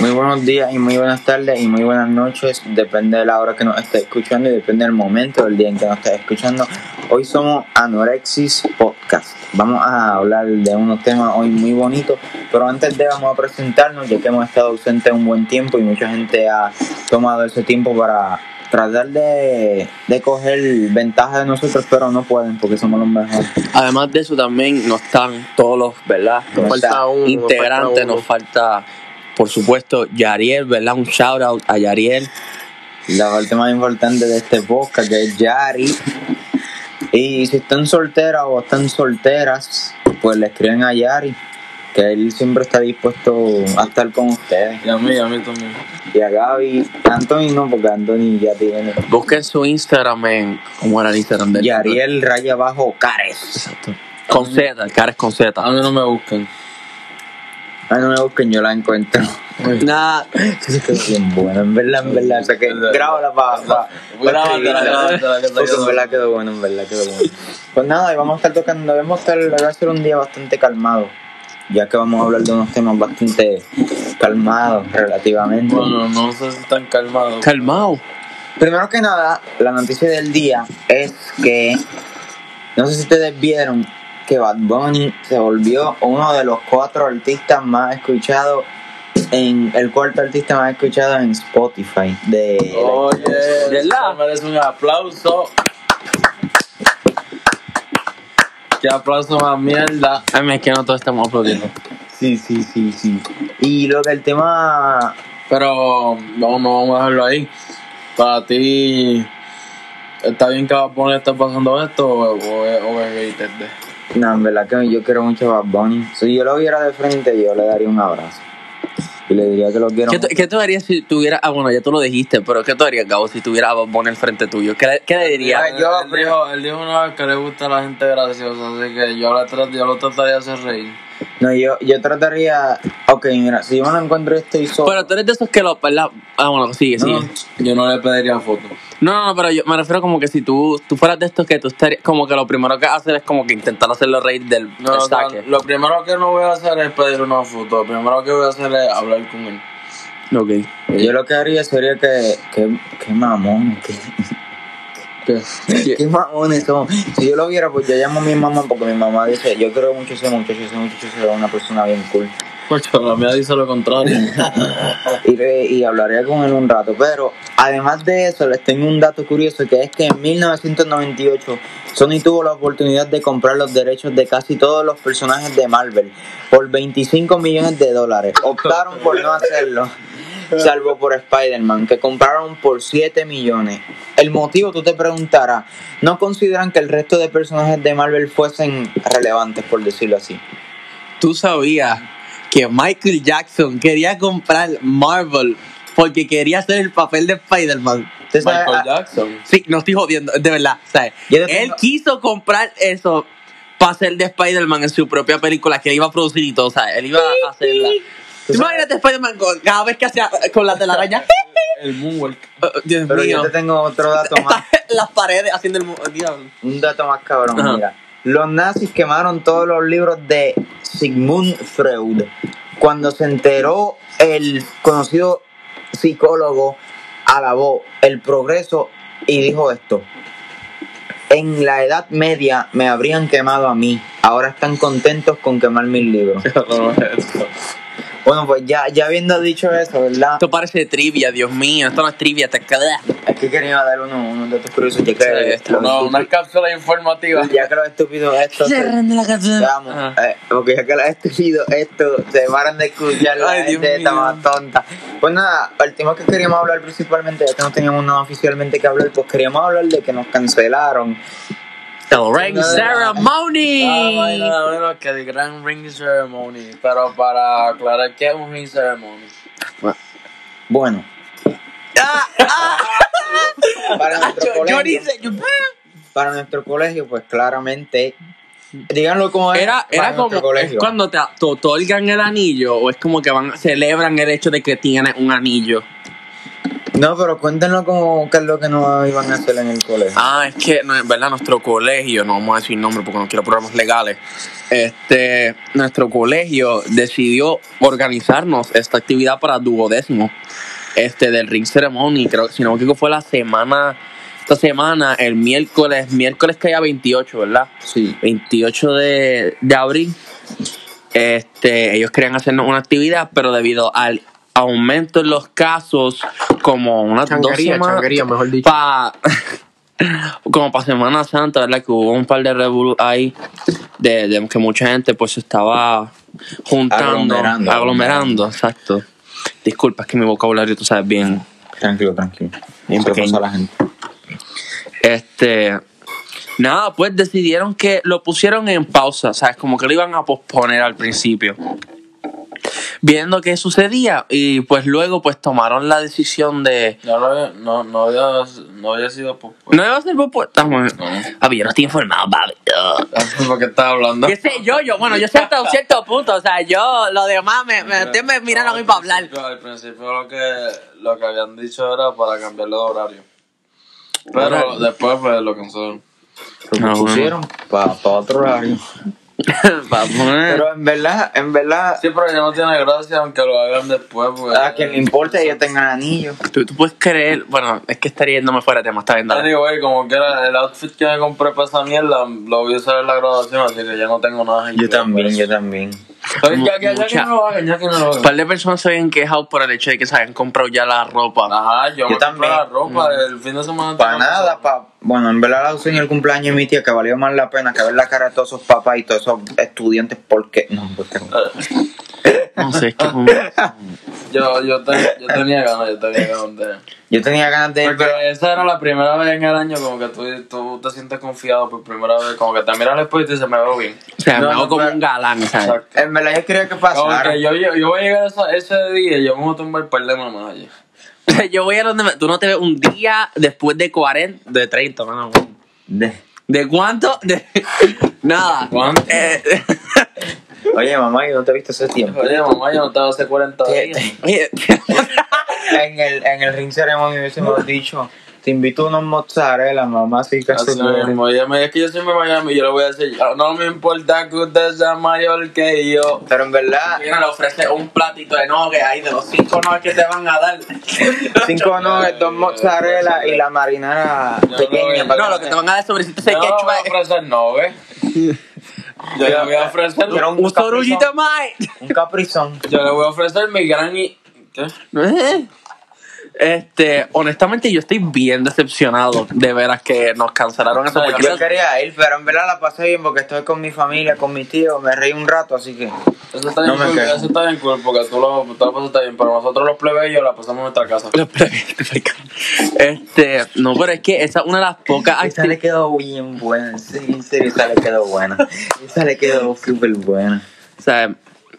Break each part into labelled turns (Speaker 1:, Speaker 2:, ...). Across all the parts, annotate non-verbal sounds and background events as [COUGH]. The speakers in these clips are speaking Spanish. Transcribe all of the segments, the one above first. Speaker 1: Muy buenos días y muy buenas tardes y muy buenas noches. Depende de la hora que nos esté escuchando y depende del momento del día en que nos esté escuchando. Hoy somos Anorexis Podcast. Vamos a hablar de unos temas hoy muy bonitos, pero antes de vamos a presentarnos, ya que hemos estado ausentes un buen tiempo y mucha gente ha tomado ese tiempo para tratar de, de coger ventaja de nosotros, pero no pueden porque somos los mejores.
Speaker 2: Además de eso también no están todos los, ¿verdad? Nos
Speaker 1: No
Speaker 2: falta
Speaker 1: está
Speaker 2: un
Speaker 3: uno,
Speaker 2: integrante,
Speaker 3: nos
Speaker 2: nos falta, por supuesto, Yariel, ¿verdad? Un shout out a Yariel.
Speaker 1: la parte más importante de este podcast, que es Yari. Y si están solteras o están solteras, pues le escriben a Yari, que él siempre está dispuesto a estar con ustedes.
Speaker 3: Y a mí, a mí también.
Speaker 1: Y a Gaby, Anthony no, porque Anthony ya tiene.
Speaker 2: Busquen su Instagram en. ¿Cómo era el Instagram de él?
Speaker 1: Yariel raya abajo Cares.
Speaker 2: Con Z, el cara es con
Speaker 3: A
Speaker 2: Z.
Speaker 3: mí no me buscan.
Speaker 1: Ay, Ah, no me busquen, yo la encuentro.
Speaker 2: Nah,
Speaker 1: Bien buena, en verdad, en verdad. O sea que grábala para. Pa, pa
Speaker 3: Grábatela,
Speaker 1: escribirla.
Speaker 3: grábatela, que te
Speaker 1: Porque en
Speaker 3: ayudo.
Speaker 1: verdad quedó bueno, en verdad quedó bueno. Pues nada, y vamos a estar tocando, debemos estar, va a ser un día bastante calmado, ya que vamos a hablar de unos temas bastante calmados relativamente.
Speaker 3: Bueno, no sé si están calmados.
Speaker 2: calmado.
Speaker 1: Primero que nada, la noticia del día es que, no sé si ustedes vieron, que Bad Bunny se volvió uno de los cuatro artistas más escuchados, en el cuarto artista más escuchado en Spotify. De
Speaker 3: Oye,
Speaker 2: ¿Verdad?
Speaker 3: se merece un aplauso. Qué aplauso más mierda.
Speaker 2: Ay, mira, es que no todos estamos aplaudiendo.
Speaker 1: Sí, sí, sí, sí. Y lo que el tema
Speaker 3: Pero no, no vamos a dejarlo ahí. Para ti, ¿está bien que Bad Bunny está pasando esto o, o es overrated?
Speaker 1: No, en verdad que yo quiero mucho a Bad Bunny. Si yo lo viera de frente, yo le daría un abrazo. Y le diría que lo quiero.
Speaker 2: ¿Qué, tú- qué tú harías si tuvieras.? Ah, bueno, ya tú lo dijiste, pero ¿qué tú harías, Gabo, si tuviera a Bob Bunny al frente tuyo? ¿Qué le, qué le dirías?
Speaker 1: Ay, yo,
Speaker 3: él, dijo, él dijo una vez que le gusta a la gente graciosa, así que yo, la tra- yo lo trataría de hacer reír.
Speaker 1: No, yo, yo trataría. Ok, mira, si yo me lo encuentro y estoy solo.
Speaker 2: Pero tú eres de esos que lo. ¿verdad? Ah, bueno, sigue, sigue.
Speaker 3: No, yo no le pediría fotos.
Speaker 2: No, no, no, pero yo me refiero como que si tú, tú fueras de estos que tú estarías, como que lo primero que haces es como que intentar hacerlo reír del
Speaker 3: No,
Speaker 2: del
Speaker 3: o sea,
Speaker 2: saque.
Speaker 3: lo primero que no voy a hacer es pedir una foto. Lo primero que voy a hacer es hablar con él.
Speaker 2: Ok.
Speaker 1: Yo lo que haría sería que. que, que mamón, que. [LAUGHS] Qué mamones son. Si yo lo viera, pues yo llamo a mi mamá porque mi mamá dice, yo creo mucho a ese muchacho, ese muchacho será una persona bien cool.
Speaker 3: Cocho, la mía dice lo contrario.
Speaker 1: y, re- y hablaría con él un rato. Pero además de eso, les tengo un dato curioso que es que en 1998 Sony tuvo la oportunidad de comprar los derechos de casi todos los personajes de Marvel por 25 millones de dólares. Optaron por no hacerlo. Salvo por Spider-Man, que compraron por 7 millones. El motivo, tú te preguntarás, ¿no consideran que el resto de personajes de Marvel fuesen relevantes, por decirlo así?
Speaker 2: [LAUGHS] Tú sabías que Michael Jackson quería comprar Marvel porque quería hacer el papel de Spider-Man.
Speaker 1: Usted sabe,
Speaker 3: Michael
Speaker 1: ah,
Speaker 3: Jackson.
Speaker 2: Sí, no estoy jodiendo, de verdad. ¿sabes?
Speaker 1: Yo te
Speaker 2: Él
Speaker 1: tengo-
Speaker 2: quiso comprar eso para hacer de Spider-Man en su propia película que él iba a producir y todo. O sea, él iba a hacerla.
Speaker 1: Tú sabes-
Speaker 2: Imagínate Spider-Man con- cada vez que hacía con la telaraña.
Speaker 3: El moonwalk.
Speaker 2: Oh, oh, Dios
Speaker 1: pero
Speaker 2: mío.
Speaker 1: yo te tengo otro dato más.
Speaker 2: Está en [LAUGHS] las paredes haciendo el mu- oh, diablo.
Speaker 1: Un dato más cabrón,
Speaker 2: Ajá.
Speaker 1: mira. Los nazis quemaron todos los libros de Sigmund Freud. Cuando se enteró, el conocido psicólogo alabó el progreso y dijo esto. En la Edad Media me habrían quemado a mí. Ahora están contentos con quemar mis
Speaker 2: [LAUGHS]
Speaker 1: libros. Bueno, pues ya, ya habiendo dicho eso, ¿verdad?
Speaker 2: Esto parece trivia, Dios mío. Esto no es trivia. Te
Speaker 1: Es que quería dar uno, unos datos curiosos. Ya que,
Speaker 2: Sí, esto
Speaker 1: los
Speaker 3: No, una cápsula informativa.
Speaker 1: estúpidos- ya que los estúpidos estos... se-
Speaker 2: la canción.
Speaker 1: Vamos, eh, porque ya que la he estudiado esto, se paran de escuchar la
Speaker 2: Ay, Dios
Speaker 1: gente está
Speaker 2: mío.
Speaker 1: más tonta. Pues nada, el tema que queríamos hablar principalmente, ya que no teníamos nada oficialmente que hablar, pues queríamos hablar de que nos cancelaron.
Speaker 2: El Ring
Speaker 3: Nada. Nada más y
Speaker 2: Ceremony.
Speaker 3: nada menos que el Grand Ring Ceremony. Pero para aclarar, ¿qué es un Ring Ceremony?
Speaker 1: Bueno,
Speaker 2: Ah, ah,
Speaker 1: para
Speaker 2: [LAUGHS]
Speaker 1: [LAUGHS]
Speaker 2: ah,
Speaker 1: nuestro
Speaker 2: yo- yo
Speaker 1: colegio,
Speaker 2: dice- yo-
Speaker 1: para nuestro colegio pues claramente, díganlo como es,
Speaker 2: Era,
Speaker 1: para
Speaker 2: era
Speaker 1: nuestro
Speaker 2: como es
Speaker 1: colegio.
Speaker 2: cuando te te otorgan el anillo o es como que van celebran el hecho de que tienes un anillo.
Speaker 1: No, pero cuéntenos como qué es lo que no iban a hacer en el colegio.
Speaker 2: Ah, es que, no, en verdad, nuestro colegio, no vamos a decir nombre porque no quiero problemas legales. Este, nuestro colegio decidió organizarnos esta actividad para duodécimo, este, del Ring Ceremony. Creo que, si no me equivoco, fue la semana, esta semana, el miércoles, miércoles que haya 28, ¿verdad?
Speaker 1: Sí.
Speaker 2: 28 de, de abril, este, ellos querían hacernos una actividad, pero debido al aumento en los casos, como unas dos
Speaker 4: Changuería,
Speaker 2: semanas,
Speaker 4: changuería, mejor dicho.
Speaker 2: pa- [LAUGHS] como para Semana Santa, ¿verdad? Que hubo un par de revolú ahí, de, de que mucha gente pues se estaba juntando,
Speaker 1: Aglomerando,
Speaker 2: aglomerando, exacto. Disculpa, es que mi vocabulario, tú sabes bien.
Speaker 1: Tranquilo, tranquilo.
Speaker 2: Bien
Speaker 1: Se
Speaker 2: pequeño.
Speaker 1: pasa la gente.
Speaker 2: Este. Nada, pues decidieron que lo pusieron en pausa, ¿sabes? Como que lo iban a posponer al principio. Viendo qué sucedía y pues luego pues tomaron la decisión de...
Speaker 3: No, lo había- no, no, había, no había sido por...
Speaker 2: No iba a ser pospuesta, man.
Speaker 3: No.
Speaker 2: Papi, yo no estoy informado, papi. Ugh.
Speaker 3: [LAUGHS] ¿Por qué estás hablando?
Speaker 5: ¿Qué sé yo? yo bueno, yo sé hasta un cierto punto. O sea, yo, lo demás, me, me, ustedes me miran a mí para
Speaker 3: [LAUGHS]
Speaker 5: hablar.
Speaker 3: Al principio lo que, lo que habían dicho era para cambiarlo de horario. Pero
Speaker 2: Horario.
Speaker 3: después pues, lo cancelaron.
Speaker 1: Lo
Speaker 2: Ah, bueno.
Speaker 1: pusieron para otro horario.
Speaker 2: Papi, man.
Speaker 1: Pero en verdad, en verdad,
Speaker 3: Sí, pero ya no tiene gracia aunque lo hagan después. Porque,
Speaker 1: a quien le importa ellos tengan anillo.
Speaker 2: ¿Tú, tú puedes creer... Bueno, es que estaría yéndome fuera de tema, está bien, dale.
Speaker 3: Anyway, como que era el outfit que me compré para esa mierda, lo voy a usar en la graduación, así que ya no tengo nada.
Speaker 1: Yo también, yo también.
Speaker 3: Oye, Ya, ya, ya que
Speaker 2: Mucha-
Speaker 3: no lo hagan, ya que no lo
Speaker 2: Un
Speaker 3: hagan.
Speaker 2: par de personas se habían quejado por el hecho de que se habían comprado ya la ropa.
Speaker 3: Ajá, yo,
Speaker 1: Yo
Speaker 3: me compré
Speaker 1: también.
Speaker 3: la ropa el fin de semana.
Speaker 1: Para nada, pa. Bueno, en verdad la usé en el cumpleaños de mi tía, que valió más la pena que ver la cara de todos esos papás y todos esos estudiantes, porque. No, porque.
Speaker 2: No sé, es que...
Speaker 3: Yo, yo, te- yo tenía ganas, yo tenía ganas de...
Speaker 1: Yo tenía ganas [LAUGHS] de.
Speaker 3: Porque esa era la primera vez en el año como que tú, tú te sientes confiado por primera vez, como que te miras al espejo y te dices, me veo bien.
Speaker 2: O sea,
Speaker 3: No,
Speaker 2: me hago
Speaker 3: no,
Speaker 2: como
Speaker 3: pero-
Speaker 2: un galán, ¿sabes?
Speaker 3: Exacto.
Speaker 1: En verdad yo quería que
Speaker 3: Como
Speaker 1: pasara.
Speaker 3: que yo, yo, yo voy a llegar a esa- ese día y yo me voy a tumbar un par de mamás allí.
Speaker 2: O sea, [LAUGHS] Yo voy a donde me- tú no te ves un día después de 40, de 30, mano.
Speaker 1: De-
Speaker 2: ¿De cuánto? De, [LAUGHS] nada.
Speaker 3: ¿Cuánto?
Speaker 2: Eh, [LAUGHS]
Speaker 1: Oye, mamá, yo no te he visto hace tiempo.
Speaker 3: Oye, mamá, yo no estaba hace 40
Speaker 1: Te-
Speaker 2: [LAUGHS]
Speaker 3: días.
Speaker 1: te-
Speaker 2: oye,
Speaker 1: en, el, en el ring ceremony hubiésemos dicho: Te invito a unos mozzarella, mamá, así que
Speaker 3: Así
Speaker 1: se lo-
Speaker 3: mismo, ella me- es que yo soy de Miami, yo le voy a decir, "Ah, no me importa que usted sea mayor que yo.
Speaker 1: Pero en verdad,
Speaker 2: Mira, le ofrece un platito de nogue ahí de los cinco nogues que te van a dar.
Speaker 1: cinco nuggets, dos mozzarella y la marinara
Speaker 3: no
Speaker 1: pequeña.
Speaker 3: voy a-
Speaker 1: para
Speaker 2: No, lo que te van a dar sobrecitos de
Speaker 3: Yo no le voy
Speaker 2: ketchup.
Speaker 3: a
Speaker 2: eh.
Speaker 3: ofrecer no, ¿ves? Yo le voy a ofrecer,
Speaker 1: Quiero
Speaker 2: Un sorullito más. eh.
Speaker 1: Un caprizón.
Speaker 3: yo le voy a ofrecer mi gran... y- ¿Qué?
Speaker 2: Eh. Este, honestamente, yo estoy bien decepcionado de veras que nos cancelaron eso.
Speaker 3: Ay,
Speaker 2: Porque
Speaker 1: Yo
Speaker 2: [LAUGHS]
Speaker 1: quería ir, pero en verdad la pasé bien porque estoy con mi familia, con mis tíos, me reí un rato, así que.
Speaker 3: Eso está,
Speaker 1: No
Speaker 3: bien
Speaker 1: me
Speaker 3: cool,
Speaker 1: quejo.
Speaker 3: eso está bien cool porque tú lo, tú la pasaste bien, pero nosotros los plebeyos la pasamos en nuestra casa.
Speaker 2: Los plebeyos. Este, no, pero es que esa es una de las pocas
Speaker 1: Esa le quedó bien buena, sí, en serio, esa le quedó buena. Esa le quedó súper buena.
Speaker 2: O sea,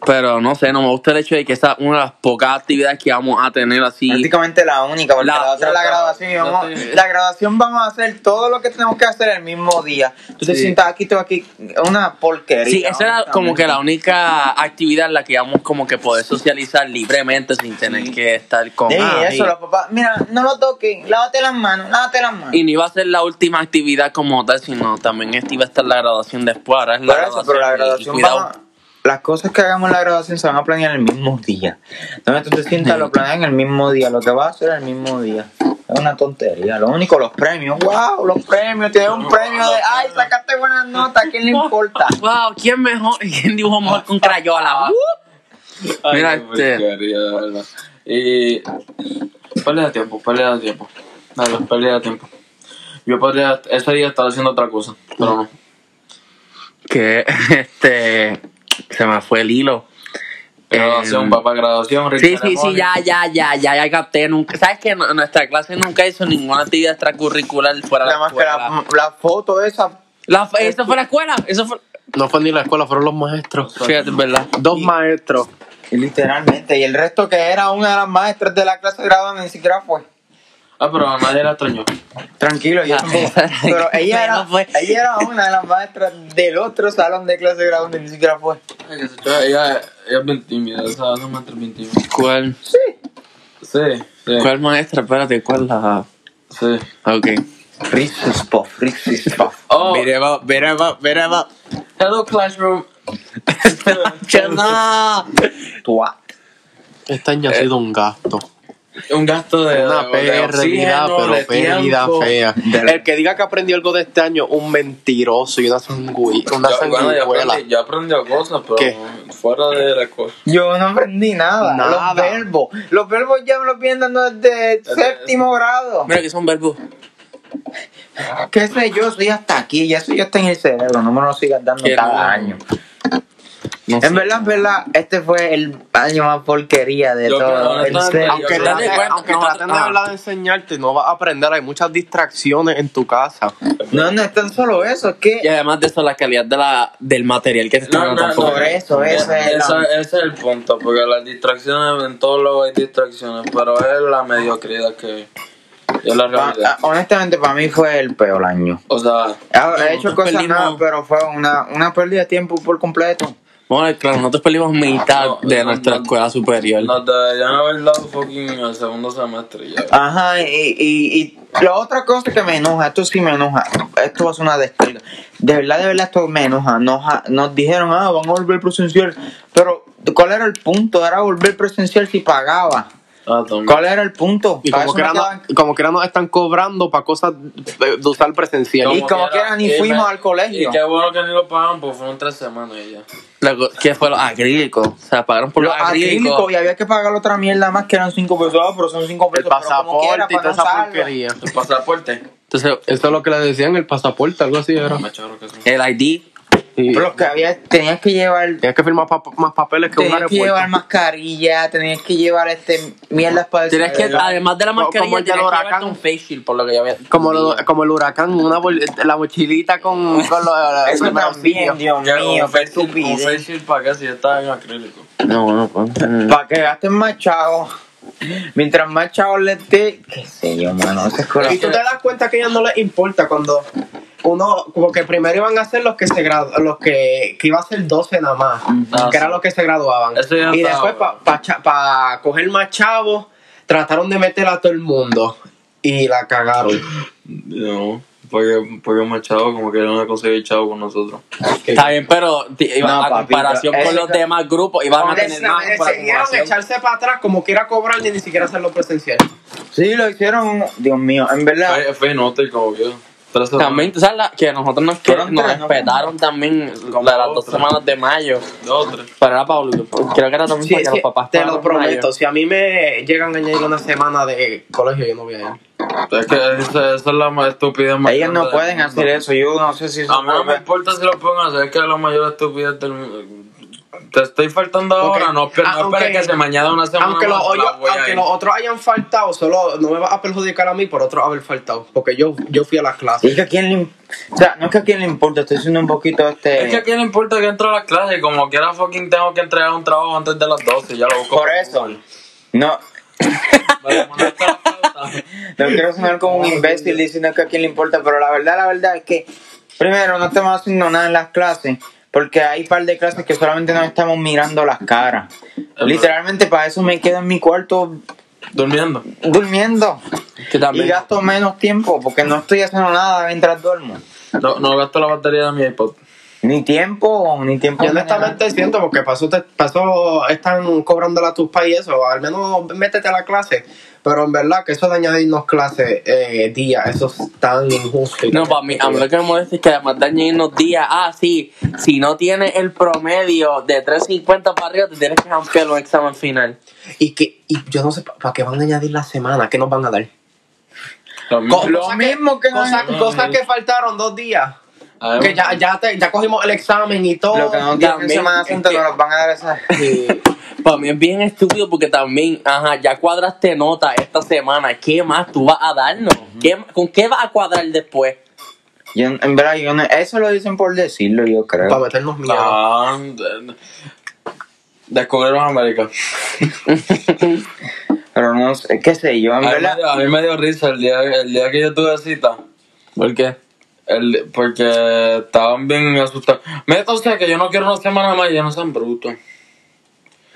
Speaker 2: pero no sé, no me gusta el hecho de que esa es una de las pocas actividades que vamos a tener así.
Speaker 1: Prácticamente la única, porque
Speaker 2: La-
Speaker 1: la, otra es la
Speaker 3: otra,
Speaker 1: graduación. y
Speaker 3: yo
Speaker 1: vamos-
Speaker 3: estoy-
Speaker 1: la graduación vamos a hacer todo lo que tenemos que hacer el mismo día. Tú te
Speaker 2: Sí.
Speaker 1: sientas aquí, tú aquí, una porquería.
Speaker 2: Sí, esa era como que la única actividad en la que íbamos como que poder socializar libremente sin tener que estar con
Speaker 1: Sí,
Speaker 2: ah,
Speaker 1: eso,
Speaker 2: y-
Speaker 1: los papás. Mira, no lo toques, lávate las manos, lávate las manos.
Speaker 2: Y no iba a ser la última actividad como tal, sino también esta iba a estar la graduación después. Ahora es la
Speaker 1: Por eso,
Speaker 2: graduación.
Speaker 1: pero la
Speaker 2: y- y
Speaker 1: graduación
Speaker 2: cuidado.
Speaker 1: vamos- Las cosas que hagamos en la graduación se van a planear el mismo día. Donde tú te sientas, lo planean el mismo día. Lo que vas a hacer el mismo día. Es una tontería. Lo único, los premios. ¡Wow! Los premios. Tienes un premio de. ¡Ay, sacaste buenas notas! ¿A quién le importa?
Speaker 2: Wow, ¿quién mejor? [LAUGHS] ¿Quién dibujó mejor con crayola?
Speaker 1: [LAUGHS]
Speaker 2: Mira,
Speaker 3: Ay, qué
Speaker 2: este-
Speaker 3: porquería, de verdad. Y. Pelea de tiempo, pelea de tiempo. Dale, pelea de tiempo. Yo podría. Ese día estar haciendo otra cosa, pero no.
Speaker 2: que este se me fue el hilo.
Speaker 3: Graduación,
Speaker 2: Em,
Speaker 3: papá, graduación,
Speaker 2: Sí, sí, sí, ya, ya, ya, ya, ya capté. Nunca, ¿Sabes que nuestra clase nunca hizo ninguna actividad extracurricular fuera de
Speaker 1: Nada
Speaker 2: la
Speaker 1: más que
Speaker 2: escuela?
Speaker 1: la, la foto esa.
Speaker 2: La-
Speaker 3: Eh,
Speaker 2: eso fue la escuela, eso fue...
Speaker 4: No fue ni la escuela, fueron los maestros.
Speaker 2: Fíjate, ¿verdad?
Speaker 4: Dos maestros.
Speaker 1: y Literalmente. Y el resto que era una de las maestras de la clase graduada ni siquiera fue.
Speaker 3: Ah, pero a nadie la extrañó.
Speaker 1: Tranquilo, yo
Speaker 2: [LAUGHS]
Speaker 1: tampoco. Pero ella era,
Speaker 2: Ah, No fue.
Speaker 1: ella era una de las maestras del otro salón de clase graduada ni siquiera fue.
Speaker 3: Ay, que se- Ella ella es bien tímida, esa esa maestra es bien tímida.
Speaker 2: ¿Cuál?
Speaker 1: Sí.
Speaker 3: Sí, sí.
Speaker 2: ¿Cuál maestra? Espérate, ¿cuál la...?
Speaker 3: Sí.
Speaker 2: Ok.
Speaker 1: Risus Puff, Risus Puff.
Speaker 3: Oh,
Speaker 5: Beat him up, beat him up, beat him
Speaker 3: [LAUGHS]
Speaker 5: up.
Speaker 3: hello classroom.
Speaker 5: Chana.
Speaker 1: Tuat.
Speaker 4: Este año ha sido un gasto.
Speaker 3: Un gasto de
Speaker 4: Una
Speaker 3: de- de
Speaker 4: pérdida,
Speaker 3: oxígeno,
Speaker 4: pero
Speaker 3: de
Speaker 4: pérdida
Speaker 3: tiempo.
Speaker 4: fea.
Speaker 1: De la-
Speaker 4: El que diga que aprendió algo de este año, un mentiroso y una, sangui- una
Speaker 3: Yo, bueno, yo
Speaker 4: sanguijuela.
Speaker 3: aprendí, yo aprendí cosas, pero
Speaker 4: ¿Qué?
Speaker 3: fuera de la cosa.
Speaker 1: Yo no aprendí nada.
Speaker 4: Nada.
Speaker 1: Los verbos. Los verbos ya me los vienen dando desde séptimo grado.
Speaker 2: Mira, que son verbos.
Speaker 1: ¿Qué sé yo? Soy hasta aquí. Ya eso ya está en el cerebro. No me lo sigas dando
Speaker 2: Que
Speaker 1: cada
Speaker 2: no.
Speaker 1: año.
Speaker 2: No
Speaker 1: En verdad, en verdad, este fue el año más porquería de
Speaker 3: Yo creo,
Speaker 1: todo. El
Speaker 3: honestamente,
Speaker 1: ser-
Speaker 3: yo
Speaker 4: Aunque
Speaker 3: creo-
Speaker 4: traten,
Speaker 2: cuenta
Speaker 4: aunque
Speaker 2: que está-
Speaker 4: traten de
Speaker 2: ah.
Speaker 4: verdad de enseñarte, no vas a aprender. Hay muchas distracciones en tu casa.
Speaker 1: No, no es tan solo eso, es que
Speaker 2: Y además de eso, la calidad de la, del material que se está dando tampoco.
Speaker 1: Sobre eso, ese es el-
Speaker 3: Esa- ese es el punto, porque las distracciones, en todos lados hay distracciones, pero es la mediocridad que es
Speaker 4: Ah,
Speaker 3: la
Speaker 1: pa-
Speaker 3: realidad.
Speaker 1: honestamente para mí fue el peor año.
Speaker 3: O sea,
Speaker 1: He he hecho cosas
Speaker 2: perdimos-
Speaker 1: nuevas, pero fue una, una pérdida de tiempo por completo.
Speaker 2: Vamos a ver, claro, nosotros perdimos mitad
Speaker 3: No,
Speaker 2: de
Speaker 3: no,
Speaker 2: nuestra
Speaker 3: no.
Speaker 2: escuela superior.
Speaker 3: nos deberían haber dado fucking el segundo semestre ya.
Speaker 1: Ajá, y, y, y la otra cosa que me enoja, esto sí me enoja, esto va a ser una descarga. De verdad, de verdad, esto me enoja. Nos, ha- nos dijeron, ah, van a volver presencial. Pero, ¿cuál era el punto? Era volver presencial si pagaba.
Speaker 3: Ah, también.
Speaker 1: ¿Cuál era el punto?
Speaker 4: Y
Speaker 1: Para
Speaker 4: como
Speaker 1: eso me
Speaker 4: quiera,
Speaker 1: quedaban-
Speaker 4: no, como quiera nos están cobrando para cosas de, de usar presencial.
Speaker 1: y como quiera, ni
Speaker 3: y
Speaker 1: fuimos al colegio.
Speaker 3: Y qué bueno que ni lo pagan, pues fueron tres semanas y ya.
Speaker 2: La co- ¿Qué fue los acrílicos? O sea, pagaron por
Speaker 1: Los
Speaker 2: los acrílicos.
Speaker 1: acrílicos y había que pagar otra mierda más que eran 5 pesos, ah, pero son 5
Speaker 4: El
Speaker 1: pesos. pero como quiera,
Speaker 4: pasaporte y
Speaker 1: para
Speaker 4: toda
Speaker 1: no
Speaker 4: esa
Speaker 1: usarlo.
Speaker 4: porquería.
Speaker 1: [LAUGHS]
Speaker 3: El pasaporte.
Speaker 2: Entonces,
Speaker 4: Eso es lo que le decían, el pasaporte, algo así era.
Speaker 3: Me chorro que son.
Speaker 2: el ID.
Speaker 4: Y
Speaker 1: Pero los que había, tenías que llevar,
Speaker 4: Tenías que firmar pa- más papeles que un
Speaker 1: tenías que llevar
Speaker 4: aeropuerto.
Speaker 1: mascarilla, tenías que llevar este mierdas para el
Speaker 2: Tienes que,
Speaker 1: cerebro.
Speaker 2: además de la
Speaker 4: Como-
Speaker 2: mascarilla,
Speaker 4: como el del
Speaker 2: tienes que
Speaker 4: huracán.
Speaker 2: llevarte un face shield, por lo que yo había.
Speaker 4: Como, lo- como el huracán, una bol- la mochilita con, con los
Speaker 1: Eso
Speaker 4: primeros auxilios.
Speaker 1: también, Dios
Speaker 3: Ya,
Speaker 1: mío,
Speaker 3: un
Speaker 1: qué
Speaker 3: facial- un
Speaker 1: estupidez.
Speaker 3: facial para acá si ya estaba en acrílico.
Speaker 2: No, no, no.
Speaker 1: Para que gasten más chavos. Mientras más chavos le esté, qué sé yo, mano, esa escuela.
Speaker 4: Y tú te das cuenta que a ellos no les importa cuando uno, como que primero iban a ser los que se gradu- los que, que iba a ser 12 nada más,
Speaker 3: Ah, sí.
Speaker 4: que eran los que se graduaban.
Speaker 3: Eso ya
Speaker 4: Y
Speaker 3: está,
Speaker 4: después
Speaker 3: bueno.
Speaker 4: para coger más chavos, trataron de meter a todo el mundo y la cagaron.
Speaker 3: No, porque, porque Machado como que no ha conseguido chavo con nosotros.
Speaker 2: Está bien, pero ti- iba-
Speaker 1: No,
Speaker 2: a
Speaker 1: papito,
Speaker 2: comparación con
Speaker 1: eso-
Speaker 2: los demás grupos, iban a tener más por
Speaker 4: Decidieron
Speaker 2: acumulación.
Speaker 4: echarse para atrás como quiera cobrar y ni siquiera hacerlo presencial.
Speaker 1: Sí, lo hicieron, Dios mío, en verdad.
Speaker 3: Fue, fue inútil como que. Tres semanas.
Speaker 2: También, tú sabes la- que nosotros nos, que,
Speaker 1: Fueron
Speaker 2: nos
Speaker 1: tres, ¿no?
Speaker 2: respetaron también
Speaker 3: Como
Speaker 2: la- las dos
Speaker 3: otra.
Speaker 2: semanas de mayo.
Speaker 3: Dos, tres.
Speaker 2: Pero era Pablo, creo que era también
Speaker 4: Sí,
Speaker 2: para
Speaker 4: es
Speaker 2: que los
Speaker 4: que
Speaker 2: papás
Speaker 4: te lo
Speaker 2: pagaran
Speaker 4: prometo,
Speaker 2: mayo.
Speaker 4: si a mí me llegan a añadir una semana de colegio, yo no voy a ir.
Speaker 3: Es que esa, esa es la más estupidez más
Speaker 1: Ellos
Speaker 3: grande
Speaker 1: no
Speaker 3: del
Speaker 1: pueden
Speaker 3: mundo.
Speaker 1: hacer eso, yo no sé si eso
Speaker 4: Ah,
Speaker 3: A mí no me
Speaker 1: puede-
Speaker 3: importa si lo pueden hacer, es que es la mayor estupidez del mundo. Te estoy faltando ahora, no, esper-
Speaker 4: Ah,
Speaker 3: no esperes
Speaker 4: ok.
Speaker 3: que se mañana una semana
Speaker 4: aunque, los,
Speaker 3: más,
Speaker 4: hoyos-
Speaker 3: la voy a
Speaker 4: aunque
Speaker 3: ir.
Speaker 4: los otros hayan faltado, solo no me vas a perjudicar a mí por otros haber faltado. Porque yo, yo fui a las
Speaker 1: Y
Speaker 4: clases.
Speaker 1: es que a quién le im- o sea, no es que a quién le importa, estoy siendo un poquito este.
Speaker 3: Es que aquí no importa que entro a las clases, como quiera fucking tengo que entregar un trabajo antes de las 12, ya lo busco.
Speaker 4: [LAUGHS]
Speaker 1: Por eso. No,
Speaker 3: Vale, mandaste la falta.
Speaker 1: no quiero sonar como un imbécil diciendo que a quién le importa, pero la verdad, la verdad es que, primero, no estamos haciendo nada en las clases, porque hay un par de clases que solamente nos estamos mirando las caras. Literalmente, para eso me quedo en mi cuarto
Speaker 3: Durmiendo.
Speaker 1: durmiendo
Speaker 2: Que
Speaker 1: y
Speaker 2: también.
Speaker 1: gasto menos tiempo, porque no estoy haciendo nada mientras duermo.
Speaker 3: No, no gasto la batería de mi iPod.
Speaker 1: Ni tiempo, ni tiempo.
Speaker 4: Yo honestamente siento, porque pasó, te, pasó están cobrando la tuspa y eso, al menos métete a la clase. Pero en verdad que eso de añadirnos clases eh, día, eso es tan injusto. y
Speaker 2: No,
Speaker 4: tan
Speaker 2: para mí, a mí lo que me molesta es que además de añadirnos días, ah, sí, si no tienes el promedio de 3.50 para arriba, te tienes que ampliar un examen final.
Speaker 4: Y que y yo no sé para qué van a añadir la semana, qué nos van a dar.
Speaker 3: También.
Speaker 4: Co-
Speaker 1: Lo
Speaker 4: Cosa que-
Speaker 1: mismo que, no-
Speaker 4: Cosas cosas que faltaron dos días.
Speaker 3: Además,
Speaker 4: Que ya, ya, te- ya cogimos el examen y todo.
Speaker 1: Lo que no dieron en
Speaker 2: También
Speaker 1: Semana
Speaker 2: es
Speaker 1: Santa
Speaker 2: que-
Speaker 1: no nos van a dar esa. [LAUGHS]
Speaker 2: Para mí es bien estúpido porque también, ajá, ya cuadraste nota esta semana, ¿qué más tú vas a darnos? ¿Qué- ¿Con qué vas a cuadrar después?
Speaker 1: Yo, en verdad, yo no- eso lo dicen por decirlo, yo creo.
Speaker 4: Para meternos miedo.
Speaker 3: Ah, de- de- descubrieron América.
Speaker 1: Pero no sé, qué sé yo, en
Speaker 3: A mí, me
Speaker 1: verdad.
Speaker 3: dio, a mí me dio risa el día, el día que yo tuve cita.
Speaker 2: ¿Por qué?
Speaker 3: El- porque estaban bien asustados. Métanse que yo no quiero una semana más, ya no sean brutos.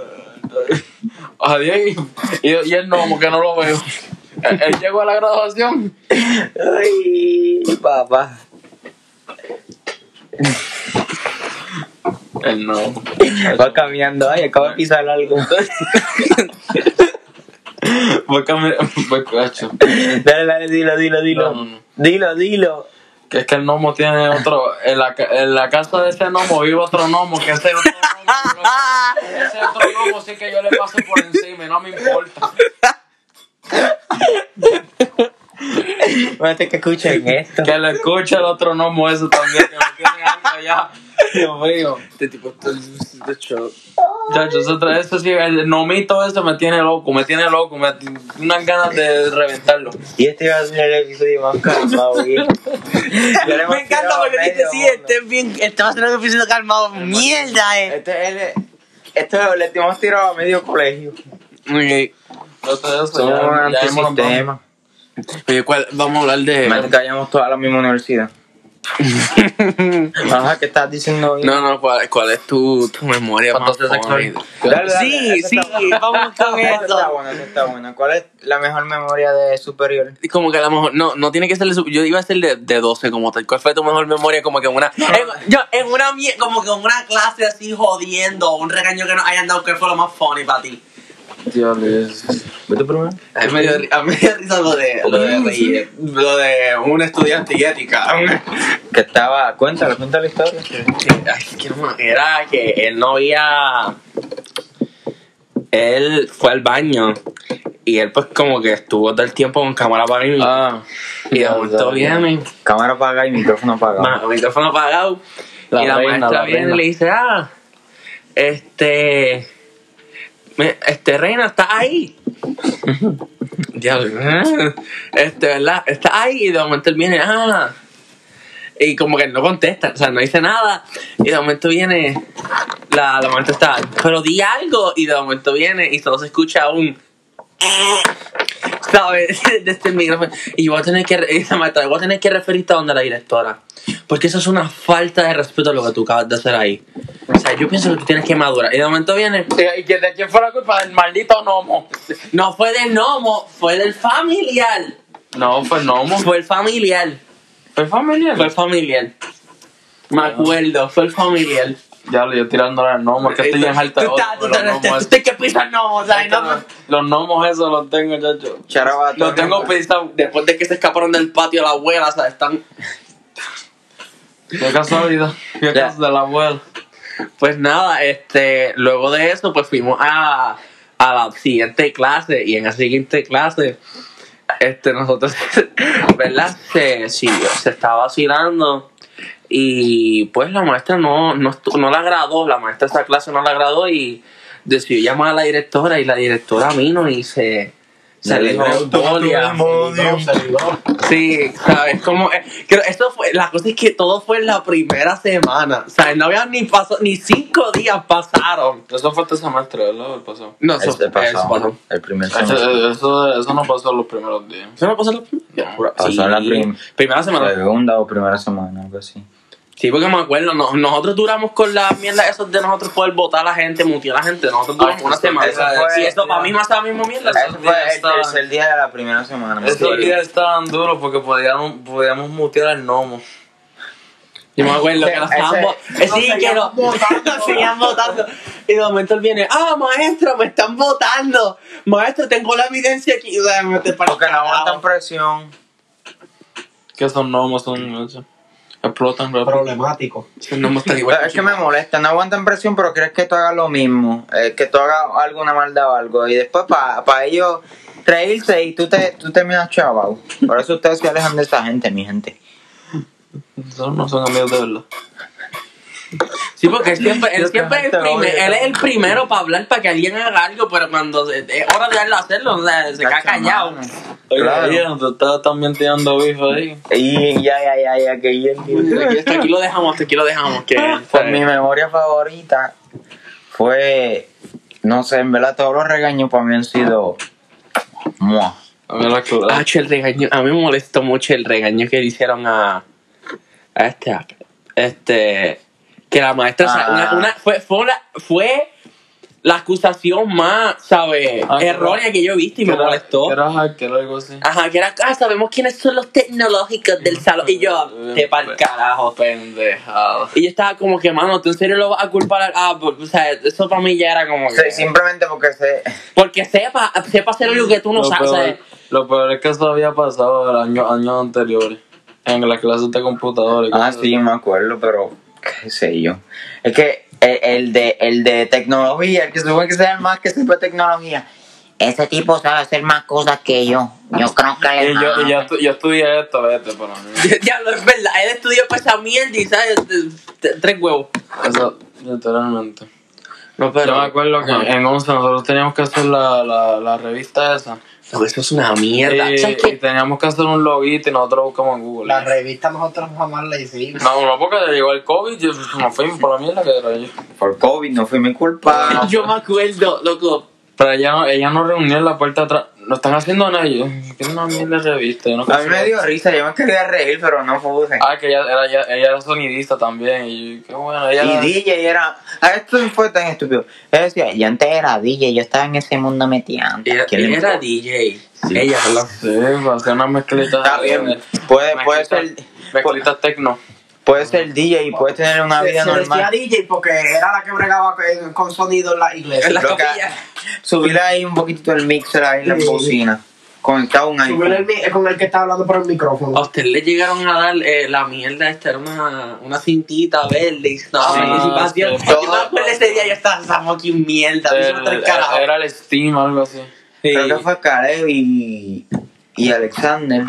Speaker 3: Adiós. Y, y el gnomo, que no lo veo. Él él llegó a la graduación.
Speaker 1: Ay, papá.
Speaker 3: El gnomo.
Speaker 1: Va caminando. Ay, acabo de pisar algo.
Speaker 2: [LAUGHS]
Speaker 3: Voy caminando. [LAUGHS] Voy cacho.
Speaker 1: Dale, dale, dilo, dilo, dilo.
Speaker 3: No, no, no.
Speaker 1: Dilo, dilo.
Speaker 3: Que es que el gnomo tiene otro. En la, ca- en la casa de ese gnomo vive otro gnomo. Que ese otro gnomo. Ese otro gnomo sí que yo le paso por encima y no me importa.
Speaker 1: Espérate que escuchen esto.
Speaker 3: Que le escuche el otro gnomo eso también. Que lo tiene alto ya. Dios mío.
Speaker 2: Este tipo está de show.
Speaker 3: Chacho, ese, tra- ese sí, el gnomito ese me tiene loco. Me tiene loco. Me unas ganas de reventarlo.
Speaker 1: Y este iba a ser el episodio más calmado.
Speaker 2: [LAUGHS]
Speaker 1: ¿eh? Ya le hemos
Speaker 2: Me encanta
Speaker 1: tirado
Speaker 2: porque dice,
Speaker 1: medio
Speaker 2: sí,
Speaker 1: mundo.
Speaker 2: este es bien, este va a ser un episodio calmado. Mierda, eh.
Speaker 1: Este es el. Esto le hemos tirado a medio colegio.
Speaker 2: Ok.
Speaker 3: Entonces,
Speaker 1: Somos
Speaker 3: ya, ya hemos hablado.
Speaker 1: antisistema.
Speaker 2: Oye, ¿cuál? Vamos a hablar
Speaker 1: Imagínate
Speaker 2: de.
Speaker 1: que hayamos todos a la misma
Speaker 2: [LAUGHS]
Speaker 1: universidad. Ajá, ¿qué estás diciendo? hoy?
Speaker 2: No, no, ¿cuál, cuál es tu, tu memoria más
Speaker 3: Fantasía sexual.
Speaker 2: favorita?
Speaker 1: Dale, dale,
Speaker 2: Sí,
Speaker 1: esa
Speaker 2: sí,
Speaker 1: está buena.
Speaker 2: vamos con
Speaker 1: Esa Está
Speaker 2: eso.
Speaker 1: buena, esa está buena. ¿Cuál es la mejor memoria de superior?
Speaker 2: Como que a lo mejor, no, no tiene que ser de su- yo iba a ser de, de 12 como tal. ¿Cuál fue tu mejor memoria? Como que en una, en, yo, en una, mie- como que en una clase así jodiendo, un regaño que nos hayan dado, ¿qué fue lo más funny para ti?
Speaker 3: Diablo, es-
Speaker 1: ¿Vete primero?
Speaker 5: A mí me dio ri- [LAUGHS] a mí me dio risa lo de, lo
Speaker 4: [LAUGHS]
Speaker 5: de, reír, lo de un estudiante y ética.
Speaker 1: Que estaba. Cuéntale, cuéntale la historia.
Speaker 2: Ay, qué no- Era que él no había. Él fue al baño y él, pues, como que estuvo todo el tiempo con cámara para mí.
Speaker 3: Ah,
Speaker 2: y de
Speaker 3: ya,
Speaker 2: momento
Speaker 3: ya, ya.
Speaker 2: viene,
Speaker 1: Cámara apagada y micrófono apagado.
Speaker 2: ma- micrófono apagado.
Speaker 3: La
Speaker 2: y la
Speaker 3: reina,
Speaker 2: maestra
Speaker 3: la
Speaker 2: viene
Speaker 3: reina.
Speaker 2: y le dice: Ah, este. me- este reina está ahí.
Speaker 3: [LAUGHS]
Speaker 2: Diablo. ah, Este, ¿verdad? Está ahí y de momento él viene, ah. Y como que él no contesta, o sea, no dice nada. Y de momento viene, la, la maestra está, pero di algo. Y de momento viene y solo se escucha un. ¿Sabes? [LAUGHS] Desde el micrófono. Y yo voy a tener que, re- y la maestra, voy a tener que referirte a donde la directora. Porque eso es una falta de respeto a lo que tú acabas de hacer ahí. O sea, yo pienso que tú tienes que madurar. Y de momento viene.
Speaker 3: ¿Y que de quién fue la culpa? Del maldito gnomo.
Speaker 2: No fue del gnomo, fue del familiar.
Speaker 3: No, fue el gnomo.
Speaker 2: Fue el familiar.
Speaker 3: Fue familia.
Speaker 2: Fue el familiar. Me acuerdo, fue el familiar.
Speaker 3: Diablo, yo tirándole al gnomo, que estoy bien alta.
Speaker 2: Tú estás, tú estás, tú estás que pisar gnomos, o sea, y no-
Speaker 3: Los gnomos esos los tengo, chacho.
Speaker 1: Charabato.
Speaker 2: Los tengo pisados después de que se escaparon del patio de la abuela, o sea, están.
Speaker 3: Qué casualidad.
Speaker 2: Ya.
Speaker 3: Qué casa de la abuela.
Speaker 2: Pues nada, este, luego de eso, pues fuimos a, a la siguiente clase y en la siguiente clase, este, nosotros, [LAUGHS] ¿verdad? Se, sí, se estaba vacilando y pues la maestra no, no, estu- no la agradó, la maestra de esa clase no la agradó y decidió llamar a la directora y la directora vino y se, se le dijo, "Bolia". Sí, sabes cómo es? eh, Creo- esto fue, la cosa es que todo fue en la primera semana. O sea, no habían ni pasado, ni cinco días pasaron.
Speaker 3: Eso fue este semestre, ¿verdad? El pasado.
Speaker 2: No,
Speaker 1: Este
Speaker 2: eso, eso pasó.
Speaker 1: pasó. El primer
Speaker 3: Eso,
Speaker 1: semestre.
Speaker 3: eso, eso no pasó los primeros días.
Speaker 2: ¿Eso no pasó la primera?
Speaker 1: Pasó la prim-
Speaker 2: primera semana.
Speaker 1: Segunda o primera semana, algo así.
Speaker 2: Sí, porque me acuerdo, no- nosotros duramos con la mierda esos de nosotros poder votar a la gente, mutear a la gente. Nosotros duramos una
Speaker 1: eso-
Speaker 2: semana.
Speaker 1: eso fue-
Speaker 2: y esto para mí más la misma mierda.
Speaker 1: Eso fue el tercer día de la primera semana. me
Speaker 3: Esos
Speaker 1: acuerdo.
Speaker 3: días estaban duros porque podíamos, podíamos mutear al gnomo.
Speaker 2: Yo me acuerdo que nos
Speaker 1: Ese-
Speaker 2: estábamos.
Speaker 1: ese-
Speaker 2: eh, sí,
Speaker 1: nos
Speaker 2: que
Speaker 1: seguían
Speaker 2: nos, nos [LAUGHS] seguían votando. Y de momento él viene: ¡Ah, maestro, me están votando! Maestro, tengo la evidencia aquí. O sea, me te
Speaker 1: Porque no aguantan presión.
Speaker 3: Que son gnomos, son. Explotan rápido.
Speaker 4: Problemático.
Speaker 2: No me están
Speaker 1: Pero es que me molesta, no aguantan presión, pero crees que tú hagas lo mismo, eh, que tú hagas alguna maldad o algo, y después para ellos reírse y tú te, tú terminas chaval. Por eso ustedes se alejan de esa gente, mi gente.
Speaker 3: Esos no son amigos de verdad.
Speaker 2: Sí, porque [LAUGHS] él siempre, él
Speaker 1: Yo
Speaker 2: siempre es, el
Speaker 1: te odio,
Speaker 2: primer-
Speaker 1: te
Speaker 2: él es
Speaker 1: odio.
Speaker 2: el primero para hablar, para que alguien haga algo, pero cuando se- es hora de darle a hacerlo, o sea, se queda callado.
Speaker 3: Oye,
Speaker 1: Claro.
Speaker 3: oye, te estás también tirando bife ahí.
Speaker 1: Y ya, ya, ya, ya, que yo entiendo.
Speaker 2: Hasta aquí- hasta aquí lo dejamos, hasta aquí lo dejamos. [LAUGHS] Que,
Speaker 1: Pues mi memoria favorita fue, no sé, en verdad todos los regaños para mí han sido... Muah.
Speaker 3: A mí la cura.
Speaker 2: Ah, che, el regaño. A mí me molestó mucho el regaño que le hicieron a. A este. a- Este. Que la maestra. o sea,
Speaker 1: Ah.
Speaker 2: una- una- fue, fue, una- fue la acusación más, ¿sabes?
Speaker 3: Ah,
Speaker 2: Errónea que yo he visto y me
Speaker 3: Era-
Speaker 2: molestó.
Speaker 3: Era hacker o algo así.
Speaker 2: Ajá, que era. Ah, sabemos quiénes son los tecnológicos del salón. Y yo. Te pa'l carajo.
Speaker 3: Pendejado.
Speaker 2: Y yo estaba como que, mano, ¿tú en serio lo vas a culpar? a- Ah, por- o sea, eso para mí ya era como.
Speaker 1: Sí,
Speaker 2: Que,
Speaker 1: simplemente porque se...
Speaker 2: Porque sepa, sepa hacer algo que tú no
Speaker 3: lo,
Speaker 2: sabes.
Speaker 3: peor,
Speaker 2: ¿sabes?
Speaker 3: lo peor es que eso había pasado el año, años anteriores. En las clases de computadora. y
Speaker 1: Ah,
Speaker 3: cosas
Speaker 1: sí, me acuerdo, pero qué sé yo. Es que el, el de, el de tecnología, el que supone que sea el más que sepa tecnología, ese tipo sabe hacer más cosas que yo. Yo creo que
Speaker 3: así.
Speaker 1: le
Speaker 3: Y yo, y yo, estu- yo estudié esto, vete, para mí.
Speaker 2: Diablo, es verdad, él estudió para esa mierda y sabes, T- t- tres huevos.
Speaker 3: Eso, literalmente.
Speaker 2: No,
Speaker 3: yo me acuerdo que en 11 nosotros teníamos que hacer la, la, la revista esa.
Speaker 2: eso es una mierda.
Speaker 3: Y,
Speaker 2: ¿Sabes
Speaker 3: y
Speaker 2: qué?
Speaker 3: teníamos que hacer un loguito y nosotros buscamos en Google.
Speaker 4: La revista nosotros jamás la hicimos.
Speaker 3: No, no, porque llegó el COVID y nos fuimos por la mierda que era yo. ah.
Speaker 1: Por COVID no fue mi culpa.
Speaker 2: Yo me acuerdo, loco.
Speaker 3: Pero ella no, ella no reunió en la puerta atrás. No están haciendo nada ellos. Que una mierda de revista. yo no
Speaker 1: A mí me
Speaker 3: consigo-
Speaker 1: dio risa, yo me quería reír, pero no pude.
Speaker 3: Ah, que ella era, ella, ella era sonidista también. Y qué bueno, ella.
Speaker 1: Y DJ era. ah, Esto fue tan estúpido. Él decía, yo antes era DJ, yo estaba en ese mundo metiendo.
Speaker 2: Él era DJ. Ella, ¿verdad?
Speaker 3: Sí, va a hacer una mezclita.
Speaker 1: Está bien. Puede, puede ser. Puede,
Speaker 3: Mezclita tecno.
Speaker 1: puede ser DJ y puede tener una
Speaker 4: Se,
Speaker 1: vida
Speaker 4: se decía
Speaker 1: normal.
Speaker 4: DJ porque era la que bregaba con- eh, con sonido en la iglesia.
Speaker 2: En las
Speaker 1: Loca.
Speaker 2: capillas.
Speaker 1: Subirle ahí un poquito el mixer ahí en la
Speaker 4: Sí.
Speaker 1: bocina. Conectado a un
Speaker 4: Subió el
Speaker 1: iPhone.
Speaker 4: mi- eh, con el que estaba hablando por el
Speaker 2: A
Speaker 4: micrófono.
Speaker 2: usted le llegaron a dar eh, la mierda esta, era una, una cintita verde y estaba
Speaker 3: Ah,
Speaker 2: participación.
Speaker 3: sí.
Speaker 2: yo me acuerdo ese día ya estaba esa fucking mierda.
Speaker 3: El-
Speaker 2: me hizo tres carajos.
Speaker 3: era el Steam, algo así.
Speaker 1: Creo que
Speaker 2: Sí.
Speaker 1: fue Caleb y, y Alexander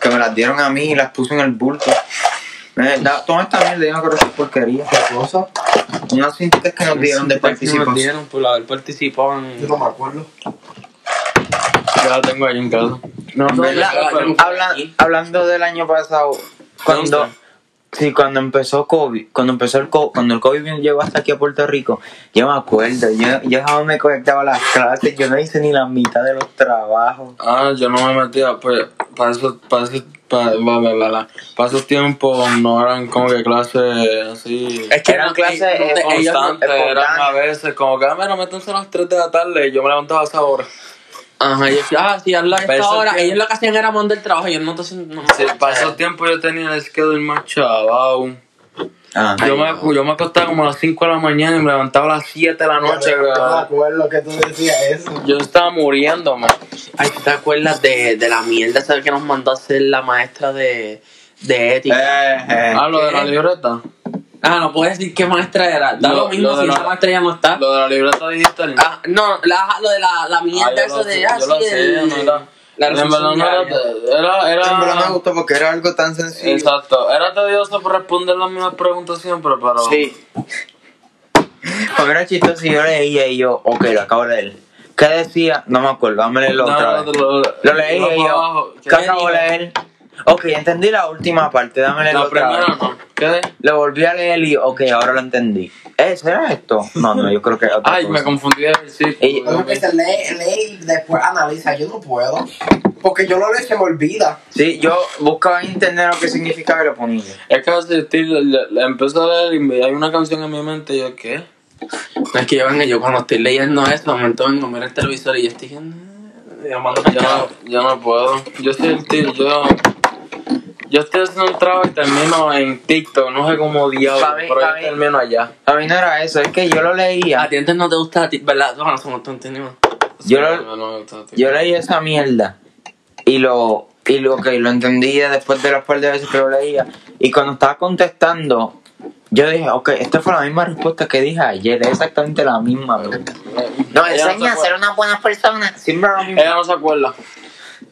Speaker 1: que me las dieron a mí y las puse en el bulto. Me da- Toma esta mierda, yo no creo que es porquería.
Speaker 4: ¿Qué cosa?
Speaker 1: Unas cintitas que nos dieron de
Speaker 2: Nos
Speaker 1: participación.
Speaker 2: dieron por haber participado
Speaker 4: Yo
Speaker 2: en...
Speaker 4: no me acuerdo.
Speaker 3: Ya la tengo ahí en casa. No, no,
Speaker 1: ¿Verdad?
Speaker 3: pero-
Speaker 1: Habla- hablando del año pasado, cuando sí, cuando empezó COVID, cuando empezó el COVID, cuando el COVID llegó hasta aquí a Puerto Rico, yo me acuerdo, yo, yo jamás me conectaba a las clases, yo no hice ni la mitad de los trabajos.
Speaker 3: Ah, yo no me metía, pues, para esos, para esos, para, bla, bla, bla, bla. Para esos tiempos no eran como que clases así.
Speaker 2: Es que
Speaker 1: Eran
Speaker 2: eran
Speaker 1: clases,
Speaker 2: clases
Speaker 1: eh,
Speaker 2: ellos no-
Speaker 3: constantes, eran a veces como que, ah, mira, métanse a las 3 de la tarde y yo me levantaba a esa hora.
Speaker 2: Ajá, yo decía, ah, sí, hazlo a
Speaker 3: Pero
Speaker 2: esta
Speaker 3: eso
Speaker 2: hora.
Speaker 3: tiene-
Speaker 2: Ellos lo que hacían era mandar el trabajo, ellos no te hacían... No,
Speaker 3: Sí, para
Speaker 1: Eh.
Speaker 3: esos tiempos yo tenía el schedule más chaval.
Speaker 1: Ah,
Speaker 3: Yo me, yo me acostaba como a las 5 de la mañana y me levantaba a las 7 de la noche.
Speaker 4: Yo me
Speaker 3: cabrón.
Speaker 4: acuerdo que tú decías eso.
Speaker 3: Yo estaba muriéndome.
Speaker 2: Ay, ¿tú te acuerdas de, de la mierda esa que nos mandó a hacer la maestra de, de ética?
Speaker 1: eh, eh.
Speaker 3: Ah, lo de la
Speaker 2: ¿Qué?
Speaker 3: libreta.
Speaker 2: Ah, no puedes decir qué maestra era. Da
Speaker 3: Lo-
Speaker 2: lo, mismo
Speaker 3: lo de
Speaker 2: si
Speaker 3: la-
Speaker 2: esa maestra ya no está.
Speaker 3: Lo de la libreta digital.
Speaker 2: Ah, no, la, lo de la, la
Speaker 3: Ah,
Speaker 2: mierda
Speaker 3: yo
Speaker 2: esa
Speaker 3: lo
Speaker 2: de...
Speaker 3: sé,
Speaker 2: ah,
Speaker 3: yo lo
Speaker 2: sí,
Speaker 3: sé,
Speaker 2: el-
Speaker 3: no era-
Speaker 2: la
Speaker 3: en
Speaker 2: resolución
Speaker 3: verdad no era,
Speaker 2: diaria.
Speaker 3: era,
Speaker 1: En verdad me
Speaker 3: era
Speaker 1: gustó porque era algo tan sencillo.
Speaker 3: exacto, era tedioso por responder las mismas preguntas siempre, pero
Speaker 1: Sí. Para mí era chistoso y yo leía y yo, ok, lo acabo de leer. ¿Qué decía? No me acuerdo, dame leerlo
Speaker 3: No,
Speaker 1: otra
Speaker 3: no,
Speaker 1: vez.
Speaker 3: te lo-
Speaker 1: Lo leí
Speaker 3: lo
Speaker 1: y
Speaker 3: para
Speaker 1: yo.
Speaker 3: abajo.
Speaker 1: ¿Qué acabo de leer? Ok, entendí la última parte, dame leerlo
Speaker 3: la
Speaker 1: otra
Speaker 3: primera
Speaker 1: vez.
Speaker 3: no. ¿Qué?
Speaker 1: Lo volví a leer y ok, ahora lo entendí. ¿Eh, será esto? No, no, yo creo que es otra
Speaker 3: Ay,
Speaker 1: cosa.
Speaker 3: me confundí de
Speaker 1: Ey,
Speaker 3: versículo.
Speaker 4: Yo que se lee, lee y después analiza. Yo no puedo. Porque yo lo leo y se me olvida.
Speaker 1: Sí, yo buscaba en internet lo que significaba y lo ponía.
Speaker 3: Es que así, estoy- le- le empiezo a leer y me- hay una canción en mi mente y yo, ¿qué?
Speaker 2: No, es que yo vengo, yo cuando estoy leyendo eso, de momento vengo, miro el televisor y yo estoy mm, llamando
Speaker 3: Yo no, yo no puedo. Yo estoy el tío, yo... Yo estoy haciendo un trabajo y termino en TikTok, no sé cómo diablo,
Speaker 1: Pa' mí-
Speaker 3: pero
Speaker 1: pa'
Speaker 3: yo
Speaker 1: mí.
Speaker 3: termino allá.
Speaker 1: A mí no era eso, es que yo lo
Speaker 2: A
Speaker 3: Ah,
Speaker 1: leía.
Speaker 2: ti antes no te gusta, a ti, ¿verdad? No, no somos tontos,
Speaker 1: Yo
Speaker 3: Sí,
Speaker 1: lo-
Speaker 3: no, no, está-
Speaker 1: Yo leí esa mierda y lo, y lo que lo entendía después de las par de veces que lo leía. Y cuando estaba contestando, yo dije, ok, esta fue la misma respuesta que dije ayer, es exactamente la misma. bro. No, enseña a
Speaker 3: Ella se acuerda.
Speaker 1: ser una buena persona. Siempre lo mismo.
Speaker 3: Ella no se acuerda.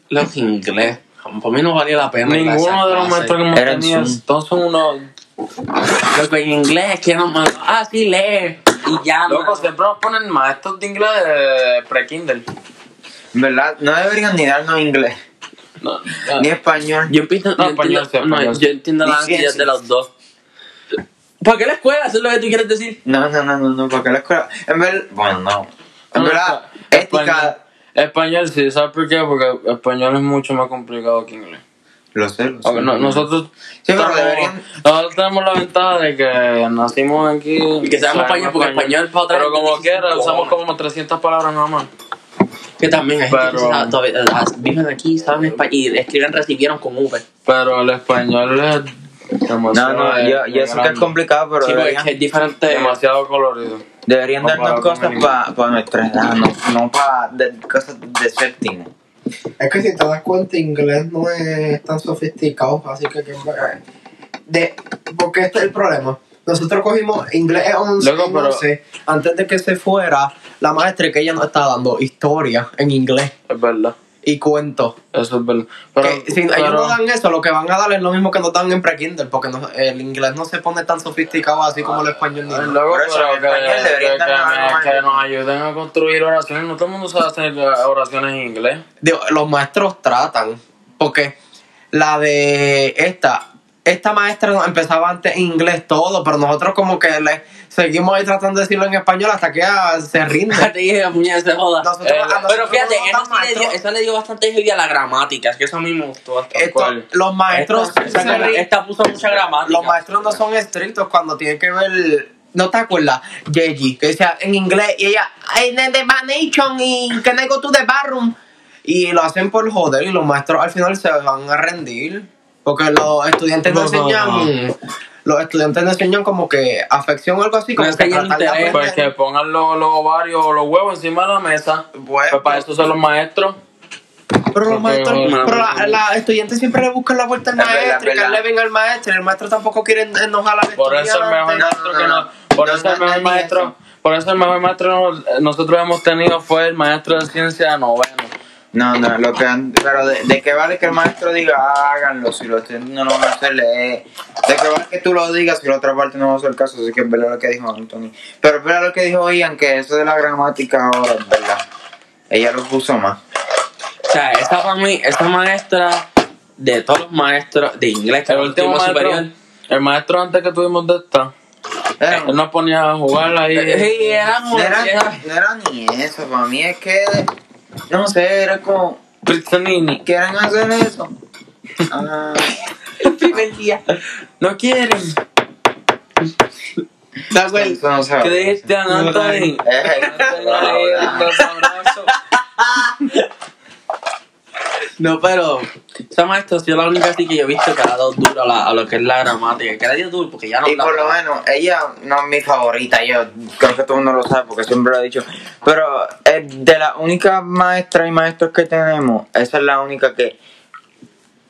Speaker 2: Los inglés. Para mí no valía la pena. ir a
Speaker 3: Ninguno
Speaker 2: esa
Speaker 3: de los
Speaker 2: clase.
Speaker 3: maestros que me
Speaker 1: Eran
Speaker 3: tenían,
Speaker 1: Zoom.
Speaker 3: todos son unos...
Speaker 2: Lo que en inglés es que nos mandó. Ah, sí, lee. Y ya.
Speaker 3: Loco,
Speaker 2: mano.
Speaker 3: siempre nos ponen maestros de inglés de pre-Kindle.
Speaker 1: En ¿Verdad? No deberían ni darnos inglés,
Speaker 3: No,
Speaker 1: ni español.
Speaker 2: Yo empiezo.
Speaker 3: No,
Speaker 2: yo,
Speaker 3: español, sí,
Speaker 2: entiendo, no,
Speaker 3: español.
Speaker 2: yo entiendo la
Speaker 1: Ni
Speaker 2: ansiedad
Speaker 1: ciencias.
Speaker 2: de los dos. ¿Para qué la escuela? Eso es lo que tú quieres decir.
Speaker 1: No, no, no, no, no, porque la escuela. En verdad. Bueno, no. En
Speaker 3: No,
Speaker 1: verdad,
Speaker 3: espa-
Speaker 1: ética.
Speaker 3: Español sí, ¿sabes por qué? Porque español es mucho más complicado que inglés.
Speaker 1: Lo sé, lo sé.
Speaker 3: Ok, no- nosotros,
Speaker 1: pero
Speaker 3: estamos-
Speaker 1: deberían-
Speaker 3: nosotros tenemos la ventaja de que nacimos aquí.
Speaker 2: Y que sabemos español, porque español para otra
Speaker 3: Pero
Speaker 2: gente
Speaker 3: como
Speaker 2: es
Speaker 3: quiera,
Speaker 2: cinco
Speaker 3: usamos
Speaker 2: horas.
Speaker 3: como 300 palabras nada más.
Speaker 2: Que también hay gente que
Speaker 3: Pero-
Speaker 2: sabe todavía- eh, ah, viven aquí, saben español. Y escriben, recibieron con V.
Speaker 3: Pero el español es
Speaker 1: No,
Speaker 3: demasiado.
Speaker 1: no,
Speaker 3: eh,
Speaker 1: yo, yo sé que es
Speaker 3: grande,
Speaker 1: complicado, pero
Speaker 2: Sí, porque es
Speaker 1: deberían,
Speaker 2: que es diferente.
Speaker 3: Demasiado colorido.
Speaker 1: deberían darnos
Speaker 3: comparado con
Speaker 1: cosas
Speaker 3: el
Speaker 1: para nuestra edad, no, no para cosas de séptimo.
Speaker 4: Es que si te das cuenta, inglés no es tan sofisticado, así que... que eh, de, porque este es el problema. Nosotros cogimos inglés en 11,
Speaker 3: Luego,
Speaker 4: en
Speaker 3: pero-
Speaker 4: 11, antes de que se fuera, la maestra que ella nos estaba dando historia en inglés
Speaker 3: Es verdad.
Speaker 4: y cuentos.
Speaker 3: Eso es verdad. Pero,
Speaker 4: que si ellos
Speaker 3: pero- eh,
Speaker 4: no dan eso, lo que van a dar es lo mismo que nos dan en pre-Kindle, porque no- el inglés no se pone tan sofisticado así como el español. ni
Speaker 3: Ay,
Speaker 4: nada.
Speaker 3: loco,
Speaker 1: Por eso,
Speaker 3: pero
Speaker 1: en
Speaker 3: que,
Speaker 1: español
Speaker 3: que,
Speaker 1: deberían
Speaker 3: que
Speaker 1: darnos
Speaker 3: me-
Speaker 1: algo más.
Speaker 3: que nos ayuden a construir oraciones. No todo el mundo sabe hacer eh, oraciones en inglés.
Speaker 4: Digo, los maestros tratan, porque la de esta, esta maestra nos empezaba antes en inglés todo, pero nosotros como que le seguimos ahí tratando de decirlo en español hasta que ella se rinde.
Speaker 2: [LAUGHS] [LAUGHS] Te dije, puñal, se joda.
Speaker 4: Nosotros-
Speaker 2: Eh,
Speaker 4: a nosotros
Speaker 2: pero fíjate,
Speaker 4: nos
Speaker 2: eso
Speaker 4: matan
Speaker 2: sí le dio,
Speaker 4: maestros.
Speaker 2: eso le dio bastante heavy a la gramática. Es que eso a mí me gustó bastante.
Speaker 4: Esto- los maestros
Speaker 2: Esta, esta-
Speaker 4: se ri-
Speaker 2: esta puso mucha gramática.
Speaker 4: los maestros no son estrictos cuando tienen que ver no te acuerdas Yeji que decía en inglés y ella "I need the nation y can I go to the bathroom y lo hacen por joder y los maestros al final se van a rendir porque los estudiantes no,
Speaker 3: No, no,
Speaker 4: enseñan los estudiantes no enseñan como que afección o algo así como
Speaker 2: No
Speaker 4: que
Speaker 2: enseñan
Speaker 4: tratar de
Speaker 2: interés.
Speaker 3: Pues que
Speaker 4: aprender.
Speaker 3: pongan los, los ovarios o los huevos encima de la mesa.
Speaker 4: Bueno,
Speaker 3: Pues para eso son los maestros.
Speaker 4: pero los
Speaker 3: porque-
Speaker 4: maestros
Speaker 3: Mami.
Speaker 4: pero la- la estudiante siempre le buscan la vuelta al
Speaker 2: Es verdad, es
Speaker 4: maestro y que
Speaker 2: verdad.
Speaker 4: le ven al maestro y el maestro tampoco quiere enojar al
Speaker 3: Por eso el mejor
Speaker 4: estudiante.
Speaker 3: maestro que no, por eso el
Speaker 4: no,
Speaker 3: mejor
Speaker 4: no, ni eso.
Speaker 3: maestro, por eso el mejor maestro que nosotros hemos tenido fue el maestro de ciencia noveno.
Speaker 1: No, no, lo que han- pero de, de qué vale que el maestro diga, "Ah, háganlo, si lo estoy no lo van a hacer, eh". De qué vale que tú lo digas si la otra parte no va a hacer caso, así que es verdad lo que dijo Anthony. Pero es verdad lo que dijo Ian, que eso de la gramática ahora, es verdad. Ella lo puso más.
Speaker 2: O sea, esta para mí, esta maestra de todos los maestros de inglés, que
Speaker 3: El
Speaker 2: era
Speaker 3: último maestro,
Speaker 2: superior.
Speaker 3: el maestro antes que tuvimos de esta,
Speaker 1: Era,
Speaker 3: él nos ponía a jugar ahí.
Speaker 2: [LAUGHS] Sí, era
Speaker 1: no,
Speaker 2: como-
Speaker 1: era,
Speaker 2: era-
Speaker 1: no era ni eso, para mí es que, no sé, era como,
Speaker 3: Prizzanini.
Speaker 1: ¿quieren hacer eso? Ah,
Speaker 3: No quieren.
Speaker 4: ¿Te acuerdas?
Speaker 1: eso no se va a poder hacer.
Speaker 3: Cristian
Speaker 1: Eh,
Speaker 3: Anthony. Ahí, los abrazos.
Speaker 2: No, pero esa maestra ha sido la única así que yo he visto que ha dado duro a, la- a lo que es la gramática. Que le dio duro porque ya no
Speaker 1: Y por lo
Speaker 2: hablaba.
Speaker 1: menos, ella no es mi favorita, yo creo que todo el mundo lo sabe porque siempre lo he dicho. Pero eh, de las únicas maestras y maestros que tenemos, esa es la única que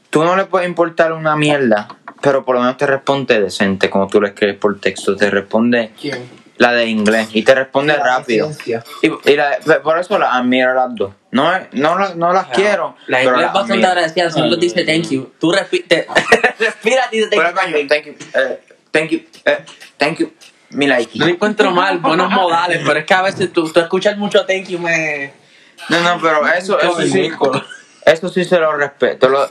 Speaker 1: tú no le puedes importar una mierda, pero por lo menos te responde decente, como tú le escribes por texto, te responde
Speaker 4: ¿Quién?
Speaker 1: la de inglés y te responde rápido.
Speaker 4: Ciencia.
Speaker 1: Y, y la- por eso las admiro las dos. No, es- no, las- no las quiero.
Speaker 2: La
Speaker 1: pero
Speaker 2: inglés es
Speaker 1: las
Speaker 2: bastante
Speaker 1: admiro.
Speaker 2: agradecida, siempre dice thank you. Tú respi- te- [LAUGHS] respira y dice thank
Speaker 1: Pero
Speaker 2: you.
Speaker 1: coño, thank you, eh, thank you, eh, thank you, mi like.
Speaker 2: No le encuentro mal, buenos modales, pero es que a veces tú, tú escuchas mucho thank you, me...
Speaker 1: No, no, pero eso, eso
Speaker 2: el
Speaker 1: sí, eso sí se lo respeto. Lo-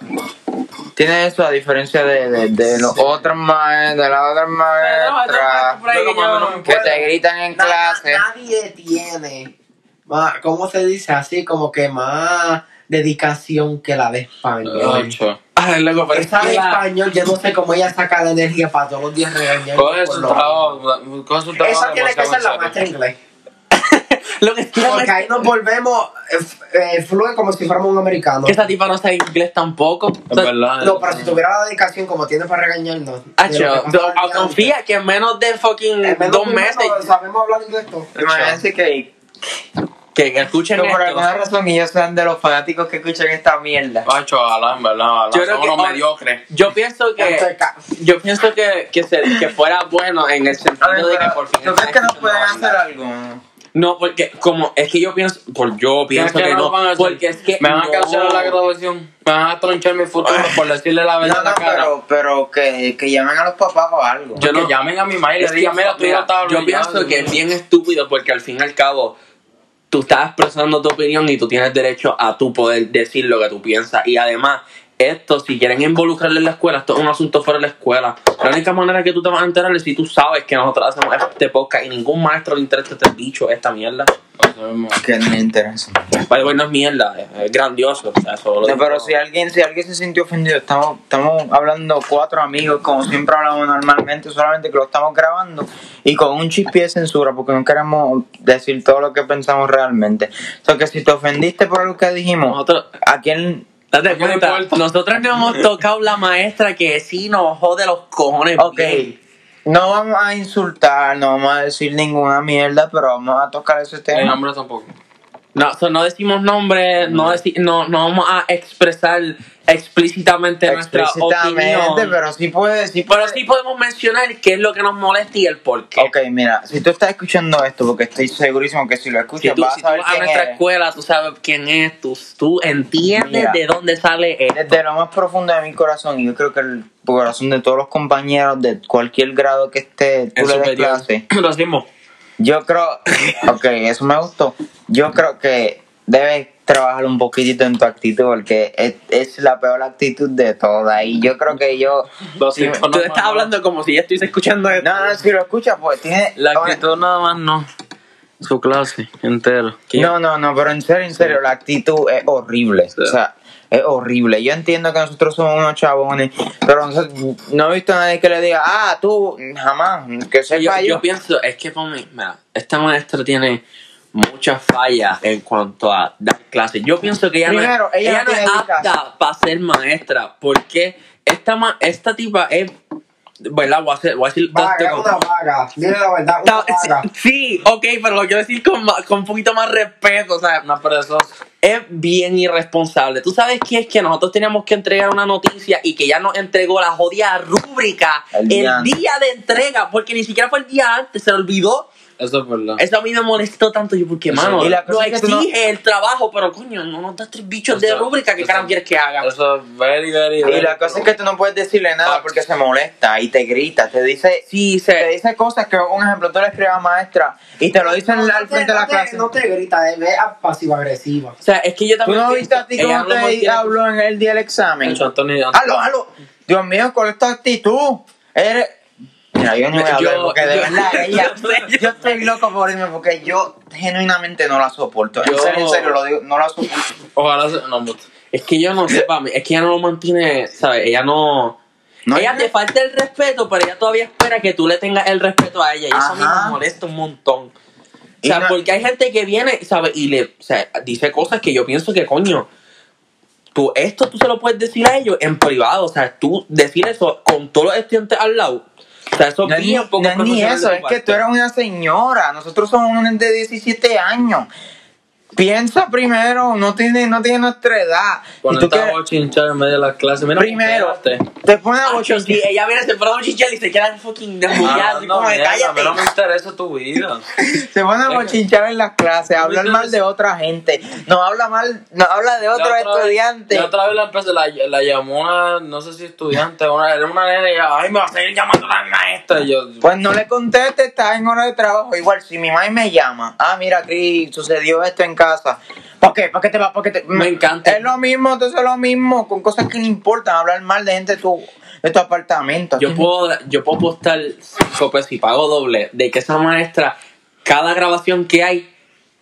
Speaker 1: tiene eso a diferencia de, de, de los otros maes- de las otras maestras que te gritan en
Speaker 4: Na- na-
Speaker 1: clase.
Speaker 4: nadie tiene, más, ¿cómo se dice así? Como que más dedicación que la de español.
Speaker 3: Ocho.
Speaker 2: Ay, loco, pero es
Speaker 4: Esa de
Speaker 2: que la-
Speaker 4: español, yo no sé cómo ella saca la energía para todos los días regañar.
Speaker 3: Coge su trabajo, coge su trabajo.
Speaker 4: Esa tiene que ser la
Speaker 3: demasiado en
Speaker 4: maestra
Speaker 3: serio.
Speaker 4: en inglés.
Speaker 2: Lo que es que la
Speaker 4: Porque ahí nos volvemos eh, f- eh, fluent como si fuéramos un americano.
Speaker 2: que esa tipa no sabe inglés tampoco. O
Speaker 3: Es
Speaker 2: sea,
Speaker 3: verdad. eh.
Speaker 4: No, pero si tuviera la dedicación como tiene para regañarnos.
Speaker 2: ah,
Speaker 4: de lo que
Speaker 2: yo-
Speaker 4: pasaba
Speaker 2: yo-
Speaker 4: antes.
Speaker 2: confía que en menos de fucking
Speaker 4: En menos
Speaker 2: dos
Speaker 4: de un
Speaker 2: meses
Speaker 4: minuto Sabemos hablar inglés todo.
Speaker 1: Imagínense que,
Speaker 2: que que escuchen
Speaker 1: que por
Speaker 2: esto.
Speaker 1: alguna razón ellos sean de los fanáticos que escuchan esta mierda.
Speaker 3: Ocho, ojalá, en verdad, ojalá.
Speaker 2: Yo creo
Speaker 3: Son
Speaker 2: que-
Speaker 3: unos mediocres.
Speaker 2: Yo pienso que yo pienso que, que, se, que fuera bueno en el
Speaker 1: A ver,
Speaker 2: sentido de que
Speaker 1: pero,
Speaker 2: por fin
Speaker 1: ¿Tú crees que nos
Speaker 2: están
Speaker 1: pueden
Speaker 2: escuchando
Speaker 1: hacer
Speaker 2: la
Speaker 1: algo?
Speaker 2: banda. No, porque como es que yo pienso por yo pienso
Speaker 3: ¿Qué
Speaker 2: que,
Speaker 3: es que
Speaker 2: no,
Speaker 3: no van a hacer?
Speaker 2: porque es que
Speaker 3: Me van a
Speaker 2: no.
Speaker 3: cancelar la graduación. Me van a tronchar mi futuro por decirle la verdad
Speaker 1: No,
Speaker 3: a la
Speaker 1: no,
Speaker 3: cara.
Speaker 1: pero, pero que, que llamen a los papás o algo.
Speaker 2: Yo
Speaker 3: Yo
Speaker 2: no-
Speaker 3: que llamen a mi madre y
Speaker 2: Es
Speaker 3: le
Speaker 2: que,
Speaker 3: digan, mira, tú
Speaker 2: mira,
Speaker 3: ya estás
Speaker 2: yo
Speaker 3: obligado,
Speaker 2: pienso que
Speaker 3: ¿no?
Speaker 2: es bien estúpido porque al fin y al cabo tú estás expresando tu opinión y tú tienes derecho a tu poder decir lo que tú piensas. Y además, esto, si quieren involucrarle en la escuela, esto es un asunto fuera de la escuela. La única manera que tú te vas a enterar es si tú sabes que nosotros hacemos este podcast y ningún maestro le interesa este bicho, esta mierda.
Speaker 1: Que no me interesa.
Speaker 2: Vale, bueno, es mierda, eh, es, es grandioso. o sea, eso lo
Speaker 1: No,
Speaker 2: digo.
Speaker 1: pero si alguien, si alguien se sintió ofendido, estamos, estamos hablando cuatro amigos, como siempre hablamos normalmente, solamente que lo estamos grabando y con un chispie de censura, porque no queremos decir todo lo que pensamos realmente. O sea, que si te ofendiste por lo que dijimos,
Speaker 2: Nosotros,
Speaker 1: ¿a quién?
Speaker 2: date
Speaker 3: ¿A qué le
Speaker 2: cuenta,
Speaker 3: importa?
Speaker 2: nosotros no hemos tocado la maestra que sí nos jode los cojones.
Speaker 1: Ok,
Speaker 2: bien.
Speaker 1: no vamos a insultar, no vamos a decir ninguna mierda, pero vamos a tocar ese
Speaker 3: El
Speaker 1: tema.
Speaker 3: hambre tampoco.
Speaker 2: No, o sea, no decimos nombres, no, deci- no, no vamos a expresar explícitamente, nuestra opinión. Pero,
Speaker 1: pero sí puede, sí puede.
Speaker 2: sí podemos mencionar qué es lo que nos molesta y el por qué.
Speaker 1: Ok, mira, si tú estás escuchando esto, porque estoy segurísimo que si lo escuchas,
Speaker 2: Si tú,
Speaker 1: pues vas
Speaker 2: si
Speaker 1: a
Speaker 2: tú
Speaker 1: saber
Speaker 2: vas a
Speaker 1: quién
Speaker 2: nuestra
Speaker 1: eres.
Speaker 2: escuela, tú sabes quién es, tú, tú entiendes
Speaker 1: Mira.
Speaker 2: de dónde sale esto.
Speaker 1: desde lo más profundo de mi corazón, y yo creo que el corazón de todos los compañeros de cualquier grado que esté, tú
Speaker 2: En
Speaker 1: le des
Speaker 2: superior.
Speaker 1: clase.
Speaker 2: Lo hacemos.
Speaker 1: Yo creo, ok, eso me gustó. Yo creo que debes trabajar un poquitito en tu actitud porque es, es la peor actitud de todas. Y yo creo que yo.
Speaker 3: Lo
Speaker 1: Sí,
Speaker 3: siento,
Speaker 2: Tú
Speaker 3: nada
Speaker 2: estás
Speaker 3: más,
Speaker 2: hablando como si ya estuviese escuchando esto.
Speaker 1: No, no, si lo escuchas, pues tiene.
Speaker 3: La actitud nada más no. Su clase entero.
Speaker 1: No, no, no, pero en serio, en serio, la actitud es horrible. O sea, es horrible. Yo entiendo que nosotros somos unos chabones, pero nosotros- no he visto a nadie que le diga, ah, tú, jamás, que
Speaker 2: yo,
Speaker 1: sepa yo.
Speaker 2: yo pienso, es que para mí, mira, esta maestra tiene muchas fallas en cuanto a dar clases. Yo pienso que ella
Speaker 1: Primero,
Speaker 2: no es,
Speaker 1: ella no
Speaker 2: no es
Speaker 1: tiene
Speaker 2: apta
Speaker 1: dedicación.
Speaker 2: para ser maestra, porque esta, ma- esta tipa es, ¿verdad? Voy a, hacer- voy a decir tanto
Speaker 4: Vaga,
Speaker 2: como-
Speaker 4: una vaga. Dile la verdad, una
Speaker 2: Ta-
Speaker 4: vaga.
Speaker 2: Sí, ok, pero lo quiero decir con, ma- con un poquito más respeto, o sea,
Speaker 3: No, pero eso.
Speaker 2: es bien irresponsable. ¿Tú sabes qué es que nosotros teníamos que entregar una noticia y que ya nos entregó la jodida rúbrica
Speaker 1: El
Speaker 2: el
Speaker 1: día
Speaker 2: día,
Speaker 1: antes.
Speaker 2: de entrega? Porque ni siquiera fue el día antes, se le olvidó.
Speaker 3: Eso es verdad.
Speaker 2: Eso a mí me molestó tanto, yo, porque,
Speaker 3: Eso-
Speaker 2: mano,
Speaker 1: y la
Speaker 2: lo
Speaker 1: cosa es que tú no-
Speaker 2: exige el trabajo, pero coño, no nos das tres bichos de
Speaker 3: Eso-
Speaker 2: rúbrica, ¿qué
Speaker 3: eso-
Speaker 2: carajo quieres que haga?
Speaker 3: Eso es very, very,
Speaker 1: Y
Speaker 3: very
Speaker 1: la cosa es que tú no puedes decirle nada
Speaker 2: Ah.
Speaker 1: porque se molesta y te grita, te dice,
Speaker 2: Sí,
Speaker 1: te
Speaker 2: se...
Speaker 1: dice cosas que, un ejemplo, tú le escribes a la maestra y te lo dicen
Speaker 4: No
Speaker 1: al
Speaker 4: te-
Speaker 1: frente de
Speaker 4: no
Speaker 1: la
Speaker 4: te-
Speaker 1: clase.
Speaker 4: No te grita, eh, ve a pasivo-agresiva.
Speaker 2: O sea, es que yo
Speaker 1: ¿Tú
Speaker 2: también.
Speaker 1: no viste a ti
Speaker 2: pienso,
Speaker 1: cómo
Speaker 2: ella no
Speaker 1: te
Speaker 2: mantiene-
Speaker 1: habló en el día del examen?
Speaker 3: Mucho, Anthony, Anthony.
Speaker 1: ¡Halo, halo! Dios mío, con esta actitud. Eres. Mira, yo no voy a hablar
Speaker 2: Yo-
Speaker 1: porque de
Speaker 2: yo-
Speaker 1: verdad
Speaker 2: [LAUGHS]
Speaker 1: ella.
Speaker 2: yo sé, yo-
Speaker 1: Yo estoy loco por irme porque yo genuinamente no la soporto. En
Speaker 3: Yo-
Speaker 1: serio, en serio, lo digo, no la soporto.
Speaker 3: Ojalá se. No, pues, mucho.
Speaker 2: Es que yo no sé, para mí, es que ella no lo mantiene, ¿sabes? Ella no.
Speaker 1: No
Speaker 2: ella
Speaker 1: hay-
Speaker 2: te falta el respeto, pero ella todavía espera que tú le tengas el respeto a ella. Y eso a mí
Speaker 1: Ajá.
Speaker 2: me molesta un montón. O
Speaker 1: Y
Speaker 2: sea,
Speaker 1: no-
Speaker 2: porque hay gente que viene, ¿sabes? Y le o sea, dice cosas que yo pienso que, coño, tú, esto tú se lo puedes decir a ellos en privado. O sea, tú decir eso con todos los estudiantes al lado. O sea, eso
Speaker 1: No
Speaker 2: es
Speaker 1: es, ni,
Speaker 2: bien poco
Speaker 1: no es ni
Speaker 2: profesional de
Speaker 1: eso,
Speaker 2: tu
Speaker 1: es que tú
Speaker 2: parte.
Speaker 1: eres una señora. Nosotros somos unos de 17 años. Piensa primero, no tiene, no tiene nuestra edad. Y
Speaker 3: Cuando
Speaker 1: tú
Speaker 3: estaba
Speaker 1: quieres-
Speaker 3: bochinchar en medio de las clases. Mira,
Speaker 1: primero,
Speaker 3: espérate.
Speaker 1: te pones a
Speaker 2: Ah, yo sí, ella viene a hacer un chichel y se queda fucking desmullada.
Speaker 3: Ah,
Speaker 2: así
Speaker 3: no,
Speaker 2: como de,
Speaker 3: mierda,
Speaker 2: cállate.
Speaker 3: pero no me interesa
Speaker 1: [LAUGHS]
Speaker 3: tu vida.
Speaker 1: Se van a bochinchar en las clases, a hablar mal de otra gente. No habla mal, no habla de otro
Speaker 3: La otra vez-
Speaker 1: estudiante.
Speaker 3: la otra vez la, empresa, la, la llamó una, no sé si estudiante, una, era una nena y ella, ay, me va a seguir llamando la maestra. Y yo,
Speaker 1: Pues no le conteste, está en hora de trabajo. Igual, si mi mamá me llama, ah, mira, aquí sucedió esto en casa. ¿Por qué? ¿Por qué te va? ¿Por qué te...
Speaker 2: Me encanta.
Speaker 1: Es lo mismo, entonces es lo mismo, con cosas que no importan, hablar mal de gente de tu, de tu apartamento.
Speaker 2: Yo puedo, yo puedo apostar cinco pesos y pago doble de que esa maestra, cada grabación que hay,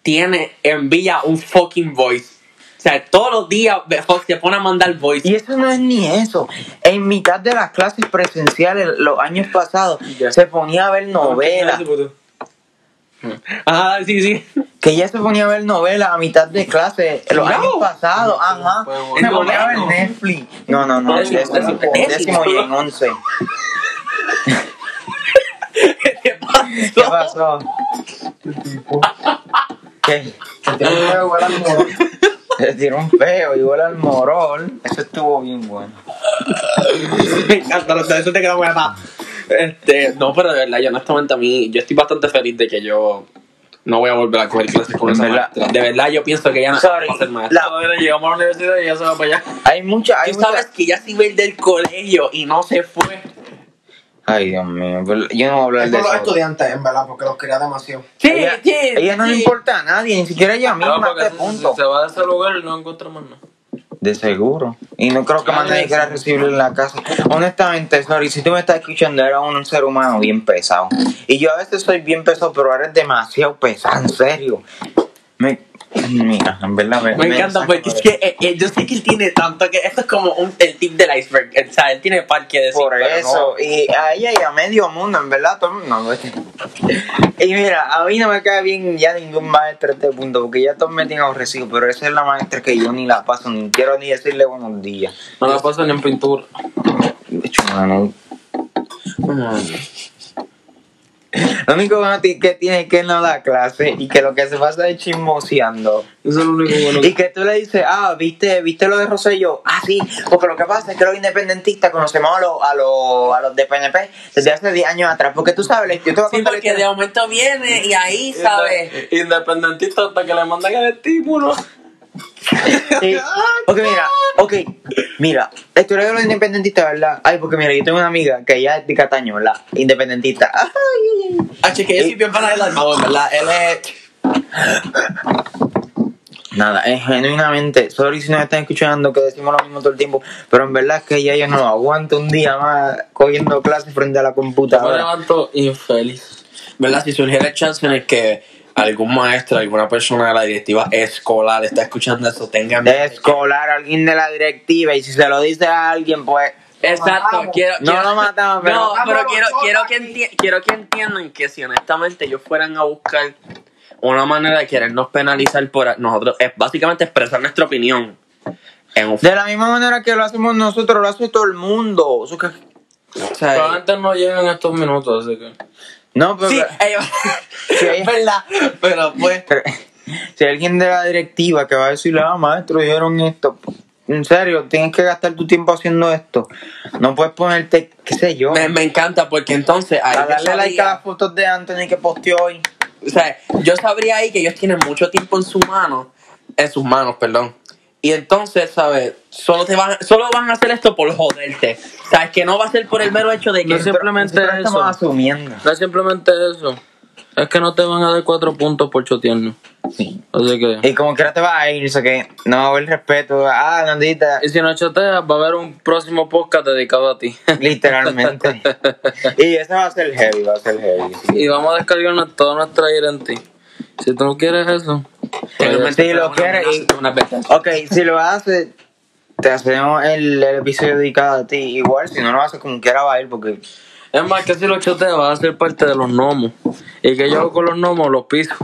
Speaker 2: tiene, envía un fucking voice. O sea, todos los días ve- Fox se pone a mandar voice.
Speaker 1: Y eso no es ni eso. En mitad de las clases presenciales, los años pasados,
Speaker 3: Ya.
Speaker 1: se ponía a ver novelas.
Speaker 2: Ah, sí, [LAUGHS] sí.
Speaker 1: Que ella se ponía a ver novelas a mitad de clase los
Speaker 2: No.
Speaker 1: años pasados, ajá.
Speaker 3: fue
Speaker 1: Se
Speaker 3: bueno.
Speaker 1: ponía a ver Netflix. No, no, no,
Speaker 3: Décimo,
Speaker 1: décimo, décimo,
Speaker 2: décimo.
Speaker 1: y en once.
Speaker 2: ¿Qué
Speaker 1: ¿Qué
Speaker 2: pasó?
Speaker 1: pasó? ¿Qué?
Speaker 4: Que te lo voy a jugar al morón.
Speaker 1: Se tiró un peo y vuela al morol. Eso estuvo bien bueno.
Speaker 2: Me encanta, lo- eso te queda muy atrás. Este, no, pero de verdad, yo honestamente a mí, yo estoy bastante feliz de que yo no voy a volver a coger clases con
Speaker 1: En
Speaker 2: esa
Speaker 1: verdad.
Speaker 2: maestra. De verdad, yo pienso que ella no
Speaker 1: Sorry.
Speaker 2: va a ser maestra.
Speaker 1: La-
Speaker 3: Ahora llegamos a la universidad y ella se va para allá.
Speaker 1: Hay mucha, hay
Speaker 2: Tú sabes
Speaker 1: mucha-
Speaker 2: que ya se iba a ir del colegio y no se fue.
Speaker 1: Ay, Dios mío, pero yo no voy a hablar
Speaker 4: Es
Speaker 1: de
Speaker 4: por los
Speaker 1: eso.
Speaker 4: estudiantes, en verdad, porque los quería demasiado.
Speaker 2: Sí,
Speaker 1: ella,
Speaker 2: sí,
Speaker 1: ella no le
Speaker 2: sí.
Speaker 1: importa a nadie, ni siquiera ella misma
Speaker 3: No,
Speaker 1: a
Speaker 3: porque
Speaker 1: este
Speaker 3: si-
Speaker 1: punto.
Speaker 3: si se va de ese lugar y no encuentra más nada.
Speaker 1: De seguro. Y no creo que más nadie quiera recibirlo en la casa. Honestamente, sorry, si tú me estás escuchando, eres un ser humano bien pesado. Y yo a veces soy bien pesado, pero eres demasiado pesado, en serio. Me, mira, en verdad me,
Speaker 2: Me encanta
Speaker 1: saca
Speaker 2: porque es
Speaker 1: de-
Speaker 2: que eh, eh, yo sé que él tiene tanto que esto es como un, el tip del iceberg. O sea, él tiene par que decir.
Speaker 1: Por
Speaker 2: pero
Speaker 1: eso, y a ella y a medio mundo, en verdad, todo el mundo. no, este- Y mira, a mí no me cae bien ya ningún maestro a este punto, porque ya todos me tienen aborrecido, pero esa es la maestra que yo ni la paso, ni quiero ni decirle buenos días.
Speaker 3: No la pasan ni en pintura.
Speaker 1: Hecho, mano,
Speaker 2: No.
Speaker 1: Lo único bueno ti- que tiene es que no da clase y que lo que se pasa es chismoseando.
Speaker 3: Eso es lo único
Speaker 1: [LAUGHS]
Speaker 3: bueno.
Speaker 1: Y que tú le dices, ah, ¿viste, viste lo de Rosselló? Ah, sí, porque lo que pasa es que los independentistas conocemos a los, a los, a los de PNP desde hace 10 años atrás. Porque tú sabes, yo te voy a
Speaker 2: Sí,
Speaker 1: contar la
Speaker 2: porque de
Speaker 1: historia.
Speaker 2: momento viene y ahí,
Speaker 3: Inde-
Speaker 2: ¿sabes?
Speaker 3: Independentista hasta que le mandan el estímulo.
Speaker 1: Sí. Porque mira, ok, mira, la historia de los independentistas, ¿verdad? Ay, porque mira, yo tengo una amiga que ella es de Cataño, ¿verdad? Independentista. Ay, ay, ay.
Speaker 2: Ah, che, que yo soy bien para el alma, ¿verdad? Él es.
Speaker 1: Nada, es genuinamente, sorry si no están escuchando que decimos lo mismo todo el tiempo, pero en verdad es que ya yo no aguanto un día más cogiendo clases frente a la
Speaker 3: Yo me
Speaker 1: computadora.
Speaker 3: levanto infeliz.
Speaker 2: ¿Verdad? Si surgiera el chance en el que algún maestro, alguna persona de la directiva escolar está escuchando eso, tengan...
Speaker 1: De escolar a alguien de la directiva y si se lo dice a alguien, pues
Speaker 2: Exacto,
Speaker 4: matamos.
Speaker 2: quiero,
Speaker 1: no
Speaker 2: quiero-
Speaker 1: lo matamos, pero
Speaker 2: No, pero
Speaker 4: Vamos,
Speaker 2: quiero,
Speaker 4: vamos,
Speaker 2: quiero, que
Speaker 4: aquí.
Speaker 2: enti- quiero que entiendan que si honestamente ellos fueran a buscar una manera de querernos penalizar por a- nosotros, es básicamente expresar nuestra opinión en un
Speaker 1: de la misma manera que lo hacemos nosotros, lo hace todo el mundo. Eso que-
Speaker 2: o sea,
Speaker 3: Pero antes no llegan estos minutos, así que.
Speaker 1: No, pero
Speaker 2: Sí, eh, [LAUGHS]
Speaker 1: si, hay-
Speaker 2: verdad, pero pues...
Speaker 1: si hay alguien de la directiva que va a decirle, ah, maestro, dijeron esto. En serio, tienes que gastar tu tiempo haciendo esto. No puedes ponerte, qué sé yo,
Speaker 2: Me, me encanta porque entonces ahí
Speaker 1: a
Speaker 2: yo
Speaker 1: darle like a
Speaker 2: sabría-
Speaker 1: las fotos de Anthony que posteó hoy.
Speaker 2: O sea, yo sabría ahí que ellos tienen mucho tiempo en sus manos, en sus manos, perdón. Y entonces, ¿sabes? Solo te van, solo van a hacer esto por joderte. ¿Sabes? Que no va a ser por el mero hecho de que
Speaker 3: No sé. Simplemente
Speaker 1: Nosotros
Speaker 3: eso.
Speaker 1: estamos asumiendo.
Speaker 3: No es simplemente eso. Es que no te van a dar cuatro puntos por chotearnos.
Speaker 1: Sí.
Speaker 3: Así que.
Speaker 1: Y como quiera te vas a ir, eso que no va a haber respeto. Ah, Nandita,
Speaker 3: Y si no choteas, va a haber un próximo podcast dedicado a ti. [LAUGHS]
Speaker 1: literalmente. y eso va a ser heavy, va a ser heavy.
Speaker 3: y vamos a descargarnos toda nuestra ira en ti. Si tú no quieres eso. pues
Speaker 1: Sí, lo quiere y-
Speaker 2: Una vez.
Speaker 1: Ok, si lo haces, te hacemos el, el episodio dedicado a ti. Igual, si no lo haces, como quiera va a ir, porque
Speaker 3: Es más, que si lo choteas, vas a ser parte de los gnomos. Y que yo hago con los gnomos, los piso.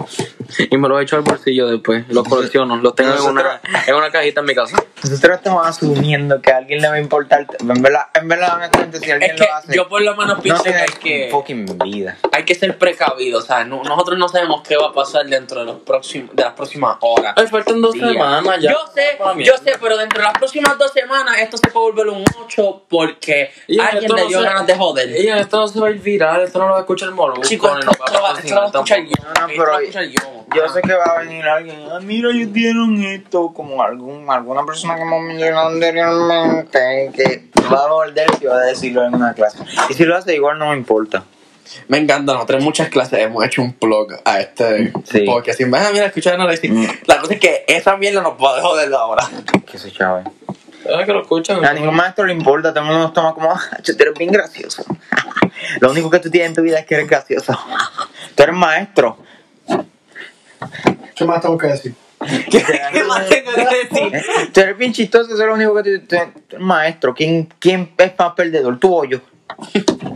Speaker 3: Y me los echo al bolsillo después. Los colecciono. Los tengo en una, en una cajita en mi casa.
Speaker 1: nosotros estamos asumiendo que a alguien le va a importar. En verdad, en verdad, honestamente, si alguien
Speaker 2: Es que
Speaker 1: lo hace,
Speaker 2: yo por lo menos
Speaker 1: no
Speaker 2: pienso que,
Speaker 1: tiene
Speaker 2: hay que
Speaker 1: fucking vida.
Speaker 2: hay que ser precavidos, o sea, no- nosotros no sabemos qué va a pasar dentro de los próximos de las próximas horas.
Speaker 3: Ay, faltan dos
Speaker 2: Día.
Speaker 3: semanas ya.
Speaker 2: Yo sé, yo sé, pero dentro de las próximas dos semanas esto se puede volver un 8 porque
Speaker 3: Y
Speaker 2: alguien
Speaker 3: esto
Speaker 2: le
Speaker 3: no
Speaker 2: dio
Speaker 3: se-
Speaker 2: ganas de joder.
Speaker 3: Y esto no se va a ir viral, esto no lo va a escuchar el moro.
Speaker 2: Chicos,
Speaker 3: Bueno,
Speaker 2: esto,
Speaker 3: no va a
Speaker 2: esto, va- esto lo va a escuchar yo.
Speaker 3: patrocinar
Speaker 1: No, no,
Speaker 2: esto lo va a
Speaker 1: pero-
Speaker 2: escuchar yo.
Speaker 1: Yo sé que va a venir alguien. "Ah, mira, ellos dieron esto. Como algún, alguna persona que hemos mencionado anteriormente. Que va a volver y va a decirlo en una clase. Y si lo hace, igual no me importa.
Speaker 2: Me encanta, nosotros en muchas clases hemos hecho un blog a este
Speaker 1: Sí.
Speaker 2: porque si me dejan escuchar análisis,
Speaker 1: Mm.
Speaker 2: la cosa es que esa mierda nos puede joder ahora.
Speaker 1: Que se chave.
Speaker 3: tampoco. Ah, que lo escuchan.
Speaker 1: A ningún maestro le importa. Todo el mundo nos toma como. "Ah, tú eres bien gracioso. [LAUGHS] lo único que tú tienes en tu vida es que eres gracioso. [LAUGHS] tú eres maestro.
Speaker 6: ¿Qué más tengo que decir?
Speaker 2: ¿Qué, [LAUGHS] qué más tengo que decir?
Speaker 1: Tú eres bien chistoso. Eso es lo único que tú. tú- tú eres maestro. ¿Quién, ¿Quién es más perdedor? Tú o yo.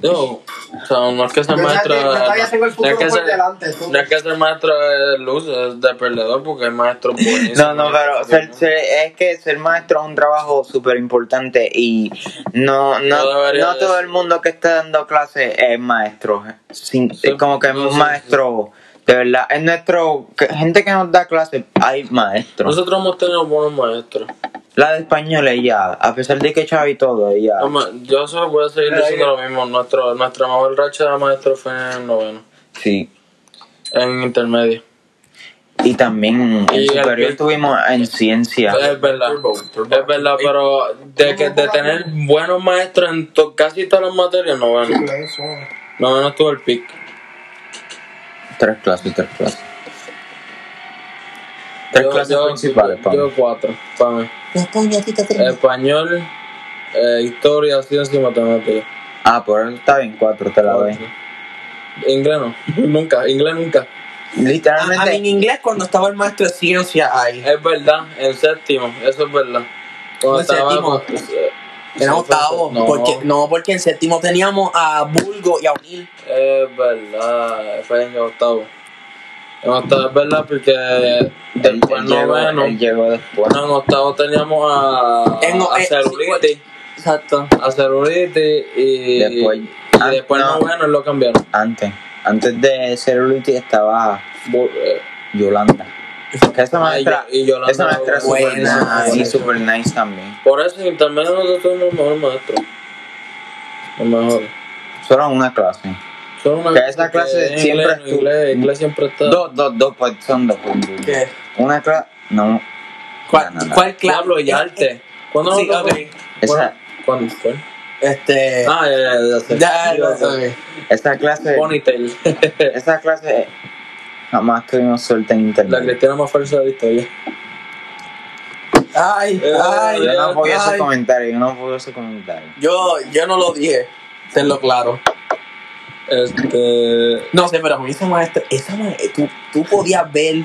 Speaker 3: Yo, o sea, no es que ser
Speaker 6: Yo
Speaker 3: maestro.
Speaker 6: todavía- yo todavía tengo el
Speaker 3: no es
Speaker 6: futuro
Speaker 3: que
Speaker 6: por
Speaker 3: ser-
Speaker 6: delante, tú.
Speaker 3: No es que ser maestro de luz, es de perdedor, porque
Speaker 6: [LAUGHS]
Speaker 3: hay maestros buenísimos.
Speaker 1: No, no, pero ser- ser- es que ser maestro es un trabajo súper importante y no, no,
Speaker 3: No debería
Speaker 1: no
Speaker 3: de
Speaker 1: todo
Speaker 3: ser.
Speaker 1: el mundo que está dando clases es maestro. Sin-
Speaker 3: Sí,
Speaker 1: es como que es
Speaker 3: no,
Speaker 1: un
Speaker 3: sí,
Speaker 1: maestro, de verdad, es nuestro, que- gente que nos da clases, hay maestros.
Speaker 3: Nosotros hemos tenido buenos maestros.
Speaker 1: La de español ella, a pesar de que Chava y todo, ella.
Speaker 3: Ama- Yo solo voy a seguir diciendo lo mismo. Nuestro, nuestra mejor racha de maestro fue en el noveno,
Speaker 1: Sí.
Speaker 3: en intermedio.
Speaker 1: Y también
Speaker 3: Y
Speaker 1: en
Speaker 3: el
Speaker 1: superior
Speaker 3: que-
Speaker 1: tuvimos en ciencia.
Speaker 3: Es verdad, es verdad, pero de, que, de tener buenos maestros en to- casi todas las materias, noveno.
Speaker 6: Eso.
Speaker 3: Noveno estuvo el pico.
Speaker 1: Tres clases, tres clases. Tres
Speaker 3: Yo-
Speaker 1: clases
Speaker 3: yo-
Speaker 1: principales,
Speaker 3: yo-
Speaker 1: Pablo.
Speaker 3: Yo cuatro, para mí. Español, eh, historia, ciencia y matemática.
Speaker 1: Ah, por eso está bien, cuatro, te la doy.
Speaker 3: Inglés no, [LAUGHS] nunca, inglés nunca.
Speaker 1: Literalmente.
Speaker 2: A, mí en inglés cuando estaba el maestro de ciencia ahí,
Speaker 3: Es verdad, en séptimo, eso es verdad.
Speaker 2: ¿En séptimo?
Speaker 3: pues, eh,
Speaker 2: en
Speaker 3: sí,
Speaker 2: octavo,
Speaker 3: no,
Speaker 2: porque no porque en séptimo teníamos a Bulgo y a O'Neill.
Speaker 3: Es verdad, fue en octavo. En octavo es verdad porque
Speaker 1: Él,
Speaker 3: después
Speaker 1: él llegó,
Speaker 3: noveno,
Speaker 1: él llegó después.
Speaker 3: bueno, en octavo teníamos a,
Speaker 2: En o-
Speaker 3: Ah, a
Speaker 2: eh,
Speaker 3: celulitis,
Speaker 2: Exacto.
Speaker 3: a celulitis y
Speaker 1: Después-
Speaker 3: y
Speaker 1: ah,
Speaker 3: después
Speaker 1: no.
Speaker 3: noveno lo cambiaron.
Speaker 1: Antes. Antes de Cerulitis estaba
Speaker 3: Bu- eh, ah,
Speaker 1: Yolanda. Que esa maestra,
Speaker 3: y Yolanda
Speaker 1: esa maestra es
Speaker 2: buena,
Speaker 1: super nice y
Speaker 2: buena.
Speaker 1: super nice también.
Speaker 3: Por eso en intermedio nosotros somos los mejores maestros. Los mejores.
Speaker 1: Solo una clase.
Speaker 3: Son una
Speaker 1: Que esa clase
Speaker 3: inglés,
Speaker 1: siempre
Speaker 3: inglés,
Speaker 1: estuvo-
Speaker 3: inglés, inglés siempre está.
Speaker 1: Dos, dos, dos, pues son dos.
Speaker 2: ¿Qué?
Speaker 1: Una clase, no.
Speaker 2: ¿Cuál,
Speaker 1: No, no, no.
Speaker 2: cuál clase? Eh,
Speaker 3: Diablo y arte. ¿Cuándo
Speaker 2: Sí,
Speaker 3: nosotros-
Speaker 2: ok.
Speaker 1: Esa,
Speaker 3: ¿Cuándo? ¿Cuándo?
Speaker 2: Este.
Speaker 3: Ah, ya, ya, ya, sé.
Speaker 2: ya,
Speaker 3: Ya, ya.
Speaker 2: ok.
Speaker 1: esa clase,
Speaker 3: Ponytail.
Speaker 1: esa clase, jamás tuvimos suerte en
Speaker 3: La
Speaker 1: internet.
Speaker 3: cristiana más falsa de la historia.
Speaker 5: Ay, ay,
Speaker 1: Eh, Yo no apoyo ese
Speaker 5: ay.
Speaker 1: comentario, yo no apoyo ese comentario.
Speaker 2: Yo, yo no lo dije, tenlo claro.
Speaker 3: Este.
Speaker 2: No sé, pero a mí esa maestra, esa maestra tú, tú podías ver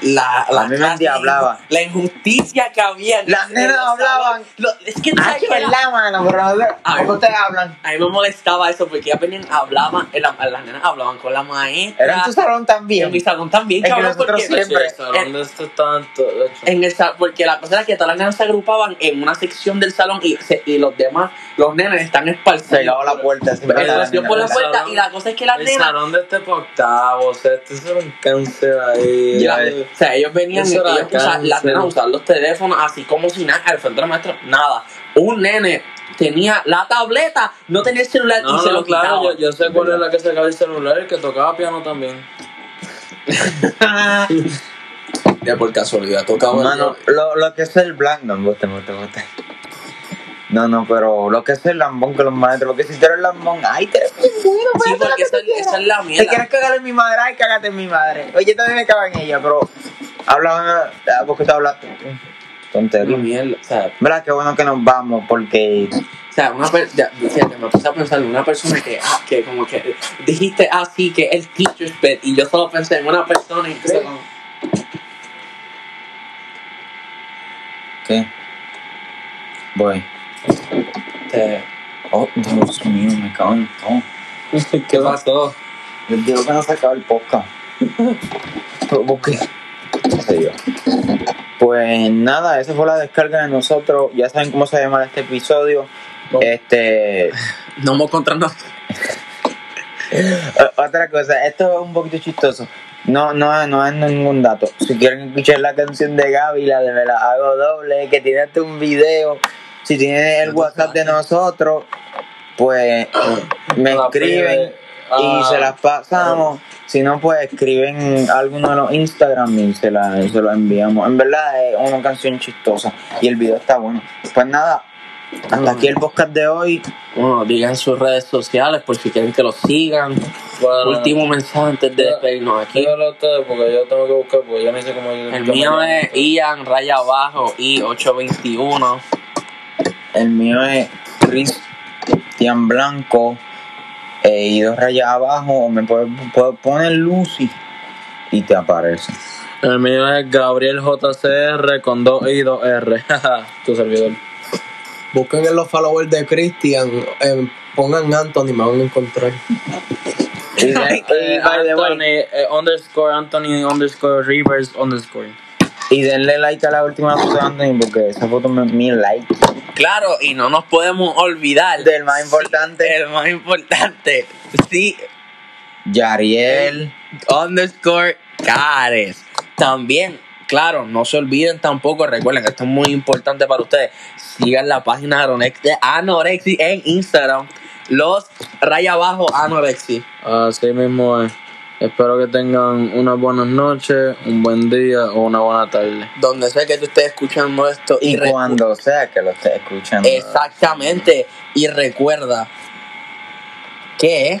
Speaker 2: la, la,
Speaker 1: A mí me
Speaker 2: clase-
Speaker 1: endiablaba.
Speaker 2: la injusticia que había. en-
Speaker 1: Las
Speaker 2: en
Speaker 1: nenas
Speaker 2: los
Speaker 1: hablaban.
Speaker 2: salones. Lo- es que tú sabes Ah, que la-
Speaker 1: mano, pero no sé,
Speaker 2: Ay.
Speaker 1: ¿cómo ustedes hablan?
Speaker 2: a mí me molestaba eso porque ellas venían, hablaban, eh, la- las nenas hablaban con la maestra.
Speaker 1: Era en tu salón
Speaker 2: En mi
Speaker 1: también.
Speaker 2: salón
Speaker 1: Es
Speaker 2: también,
Speaker 1: que
Speaker 2: cabrón,
Speaker 1: nosotros
Speaker 2: porque
Speaker 1: siempre-
Speaker 3: Siempre. ¿Dónde está este tanto? hecho.
Speaker 2: en el sa- porque la cosa era que todas las nenas se agrupaban en una sección del salón y, se- y los demás, los nenes están
Speaker 1: Se
Speaker 2: esparcidos.
Speaker 1: lava la puerta. siempre
Speaker 2: Pero
Speaker 1: está la
Speaker 2: yo
Speaker 1: nena,
Speaker 2: por la
Speaker 1: ¿verdad?
Speaker 2: puerta y la cosa es que las
Speaker 3: El
Speaker 2: nenas
Speaker 3: salón de este pa' octavo, sexto, eso era un cáncer ahí.
Speaker 2: Ya,
Speaker 3: eh.
Speaker 2: o sea, ellos venían,
Speaker 3: Eso era
Speaker 2: ellos usaban,
Speaker 3: cáncer.
Speaker 2: las nenas usaban los teléfonos así como si nada, al frente de la maestra, nada. Un nene tenía la tableta, no tenía el celular
Speaker 3: No,
Speaker 2: y se
Speaker 3: no,
Speaker 2: lo quitaba.
Speaker 3: claro, yo, yo sé cuál es la que sacaba el celular, el que tocaba
Speaker 2: [LAUGHS]
Speaker 3: piano también.
Speaker 2: Ya por casualidad tocaba.
Speaker 1: Mano, lo, lo que es el blanco, no, bote, bote, bote. No, no, pero lo que es el lambón con los maestros, porque si tú eres lambón, ay, te eres bien bueno,
Speaker 2: Sí,
Speaker 1: puedes hacer lo
Speaker 2: porque
Speaker 1: que
Speaker 2: esa,
Speaker 1: tú quieras.
Speaker 2: esa es la
Speaker 1: Te quieres
Speaker 2: mierda.
Speaker 1: cagar en mi madre, ay, cágate en mi madre. Oye, también me cago en ella, pero hablaban, ah, ¿por qué te hablaste?
Speaker 2: Una
Speaker 1: Tontería.
Speaker 2: mierda, o sea,
Speaker 1: ¿Verdad? Qué bueno que nos vamos, porque
Speaker 2: o sea, una per- ya, fíjate, me puse a pensar en una persona que, ah, que como que dijiste así que el teacher's pet y yo solo pensé en una persona y entonces como-
Speaker 1: ¿Qué? Voy.
Speaker 2: Este,
Speaker 1: Oh, Dios mío, me cago en todo.
Speaker 3: [LAUGHS] ¿Qué pasó?
Speaker 1: Les digo que no se acaba el
Speaker 3: [LAUGHS]
Speaker 1: podcast. Pero, ¿Por qué? No sé yo. Pues nada, esa fue la descarga de nosotros. Ya saben cómo se llama este episodio. Este,
Speaker 2: no me encontramos.
Speaker 1: o- otra cosa, esto es un poquito chistoso. No, no, no es ningún dato. Si quieren escuchar la canción de Gaby, la de Me la hago doble, que tiene hasta un video. Si tienen el WhatsApp de nosotros, pues me
Speaker 3: La
Speaker 1: escriben.
Speaker 3: pibe,
Speaker 1: y
Speaker 3: ah,
Speaker 1: se las pasamos. Si no, pues escriben alguno de los Instagram y se la, y se lo enviamos. En verdad es una canción chistosa y el video está bueno. Pues nada, hasta aquí el podcast de hoy.
Speaker 2: Bueno, digan sus redes sociales por si quieren que los sigan.
Speaker 3: para-
Speaker 2: Último mensaje antes de
Speaker 3: Ya.
Speaker 2: despedirnos aquí.
Speaker 3: Dígalo a ustedes porque yo tengo que buscar, porque yo no sé cómo yo.
Speaker 2: El mío es Ian raya abajo y 821.
Speaker 1: El mío es Cristian Blanco eh, y dos rayas abajo. o Me puedes puedes poner Lucy y te aparece.
Speaker 3: El mío es Gabriel JCR con 2 I 2 R. [LAUGHS] tu servidor.
Speaker 4: Busquen en los followers de Christian, eh, pongan Anthony, me van a encontrar.
Speaker 1: Y de-
Speaker 3: Eh,
Speaker 1: y by the way,
Speaker 3: Anthony, eh, underscore Anthony underscore Rivers underscore.
Speaker 1: y denle like a la última foto de Anthony porque esa foto me mil like.
Speaker 2: Claro, y no nos podemos olvidar
Speaker 1: Del más importante,
Speaker 2: el más importante. Sí,
Speaker 1: Yariel.
Speaker 2: underscore Cares. También, claro, no se olviden tampoco, recuerden, esto es muy importante para ustedes. Sigan la página Anorex- de Anorexi en Instagram. Los raya abajo Anorexi.
Speaker 3: Así mismo es. Espero que tengan unas buenas noches, un buen día o una buena tarde.
Speaker 2: Donde sea que tú estés escuchando esto
Speaker 1: Y
Speaker 2: recu-
Speaker 1: cuando sea que lo esté escuchando.
Speaker 2: Exactamente. Y recuerda que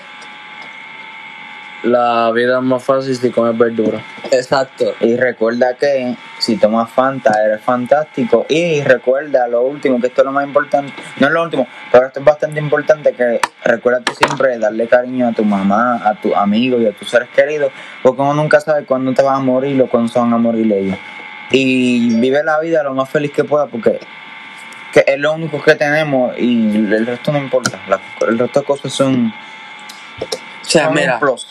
Speaker 3: La vida es más fácil si comes verdura.
Speaker 2: Exacto.
Speaker 1: Y recuerda que si tomas Fanta eres fantástico. Y recuerda lo último, que esto es lo más importante. No es lo último, pero esto es bastante importante que recuérdate siempre darle cariño a tu mamá, a tus amigos y a tus seres queridos. Porque uno nunca sabe cuándo te vas a morir o cuándo se van a morir ellos. Y vive la vida lo más feliz que pueda porque que es lo único que tenemos y el resto no importa. La- el resto de cosas son,
Speaker 2: O sea,
Speaker 1: son un
Speaker 2: mira,
Speaker 1: plus.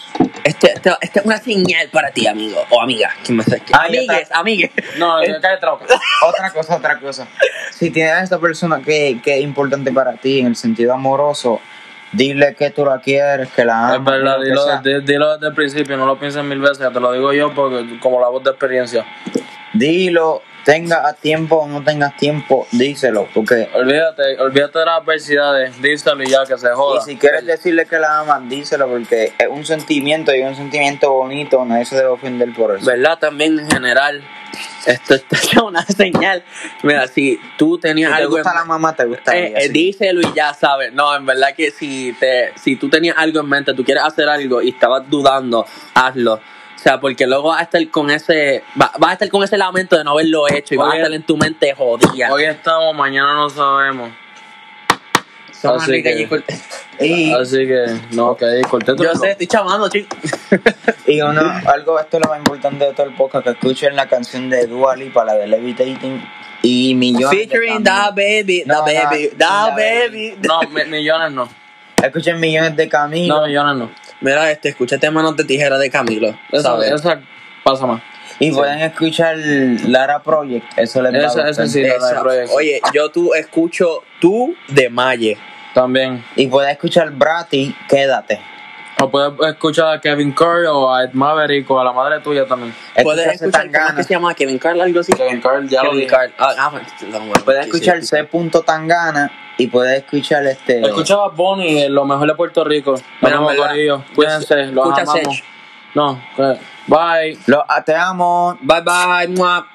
Speaker 2: este, este, este es una señal para ti, amigo o amiga. ¿Quién me sabe?
Speaker 1: Ah, ya
Speaker 2: Amigues, amigues.
Speaker 3: No,
Speaker 1: Eh,
Speaker 3: yo cae
Speaker 1: [LAUGHS]
Speaker 3: troca.
Speaker 1: Otra cosa, otra cosa. Si tienes a esta persona que, que es importante para ti en el sentido amoroso, dile que tú la quieres, que la
Speaker 3: Es
Speaker 1: amas.
Speaker 3: verdad,
Speaker 1: lo Ah, que
Speaker 3: dilo,
Speaker 1: sea.
Speaker 3: di- dilo desde el principio, no lo pienses mil veces, te lo digo yo porque como la voz de experiencia.
Speaker 1: Dilo, tenga a tiempo o no tengas tiempo, díselo. Porque
Speaker 3: Olvídate, olvídate de las adversidades, díselo y ya que se
Speaker 1: y
Speaker 3: joda.
Speaker 1: si quieres decirle que la amas, díselo porque es un sentimiento y es un sentimiento bonito, nadie se debe ofender por eso.
Speaker 2: ¿Verdad? También en general, esto [LAUGHS] esto es una señal. Mira, si tú
Speaker 1: Si
Speaker 2: tenías
Speaker 1: te
Speaker 2: algo en
Speaker 1: gusta la mamá, te gusta
Speaker 2: Eh,
Speaker 1: ella,
Speaker 2: eh,
Speaker 1: sí.
Speaker 2: díselo y ya sabes. No, en verdad que si te, si tú tenías algo en mente, tú quieres hacer algo y estabas dudando, hazlo. O sea, porque luego vas a estar con ese, va- vas a estar con ese lamento de no haberlo hecho y vas a
Speaker 3: Oye.
Speaker 2: estar en tu mente jodida.
Speaker 3: Hoy estamos, mañana no sabemos.
Speaker 2: Somos
Speaker 3: así
Speaker 2: Enrique
Speaker 3: que-
Speaker 2: G. Cortés.
Speaker 4: Y
Speaker 3: Así que, no, que ahí corté tu
Speaker 2: Yo sé, estoy chamando, chico.
Speaker 1: Y uno, algo, esto es lo más importante de todo el podcast, que escuchen la canción de Dua Lipa, la de Levitating, y millones de
Speaker 2: Featuring Da
Speaker 1: caminos.
Speaker 2: Baby, Da
Speaker 1: No, da-
Speaker 2: Baby,
Speaker 1: da
Speaker 2: Da
Speaker 1: baby.
Speaker 2: Baby.
Speaker 3: No, mi-
Speaker 2: [LAUGHS]
Speaker 3: millones no.
Speaker 1: Escuchen millones de caminos.
Speaker 3: No, millones no.
Speaker 2: Mira, este, escúchate Manos de Tijera de Camilo.
Speaker 3: Esa,
Speaker 2: ¿sabes?
Speaker 3: esa pasa más.
Speaker 1: Y pueden escuchar Lara Project, eso les va
Speaker 3: Esa-
Speaker 1: a
Speaker 3: esa
Speaker 1: gustar.
Speaker 3: sí. la de
Speaker 2: Esa-
Speaker 3: Proyecto.
Speaker 2: Oye, yo tú escucho tú de Maye.
Speaker 3: También.
Speaker 1: Y pueden escuchar Brati, Quédate.
Speaker 3: O puedes escuchar a Kevin Curry o a Ed Maverick o a la madre tuya también.
Speaker 2: Puedes
Speaker 1: Escucha
Speaker 2: escuchar, ¿cómo es
Speaker 1: Zetangana.
Speaker 2: que se llama? Kevin Carl, algo así.
Speaker 3: Kevin Curry, ya lo
Speaker 2: Kevin
Speaker 3: dije.
Speaker 2: Carl. Ah, ah, bueno, bueno,
Speaker 1: Puedes
Speaker 2: sí,
Speaker 1: escuchar
Speaker 2: sí.
Speaker 1: C. Tangana y puedes escuchar este...
Speaker 3: Escuchaba Bonnie, eh, lo mejor de Puerto Rico.
Speaker 2: Bueno,
Speaker 3: Bueno,
Speaker 2: en verdad.
Speaker 3: Corillo. Cuídense, los
Speaker 2: Escucha
Speaker 3: amamos.
Speaker 2: Sech.
Speaker 3: No, que- bye.
Speaker 1: Los, te amo.
Speaker 2: Bye bye. Mua.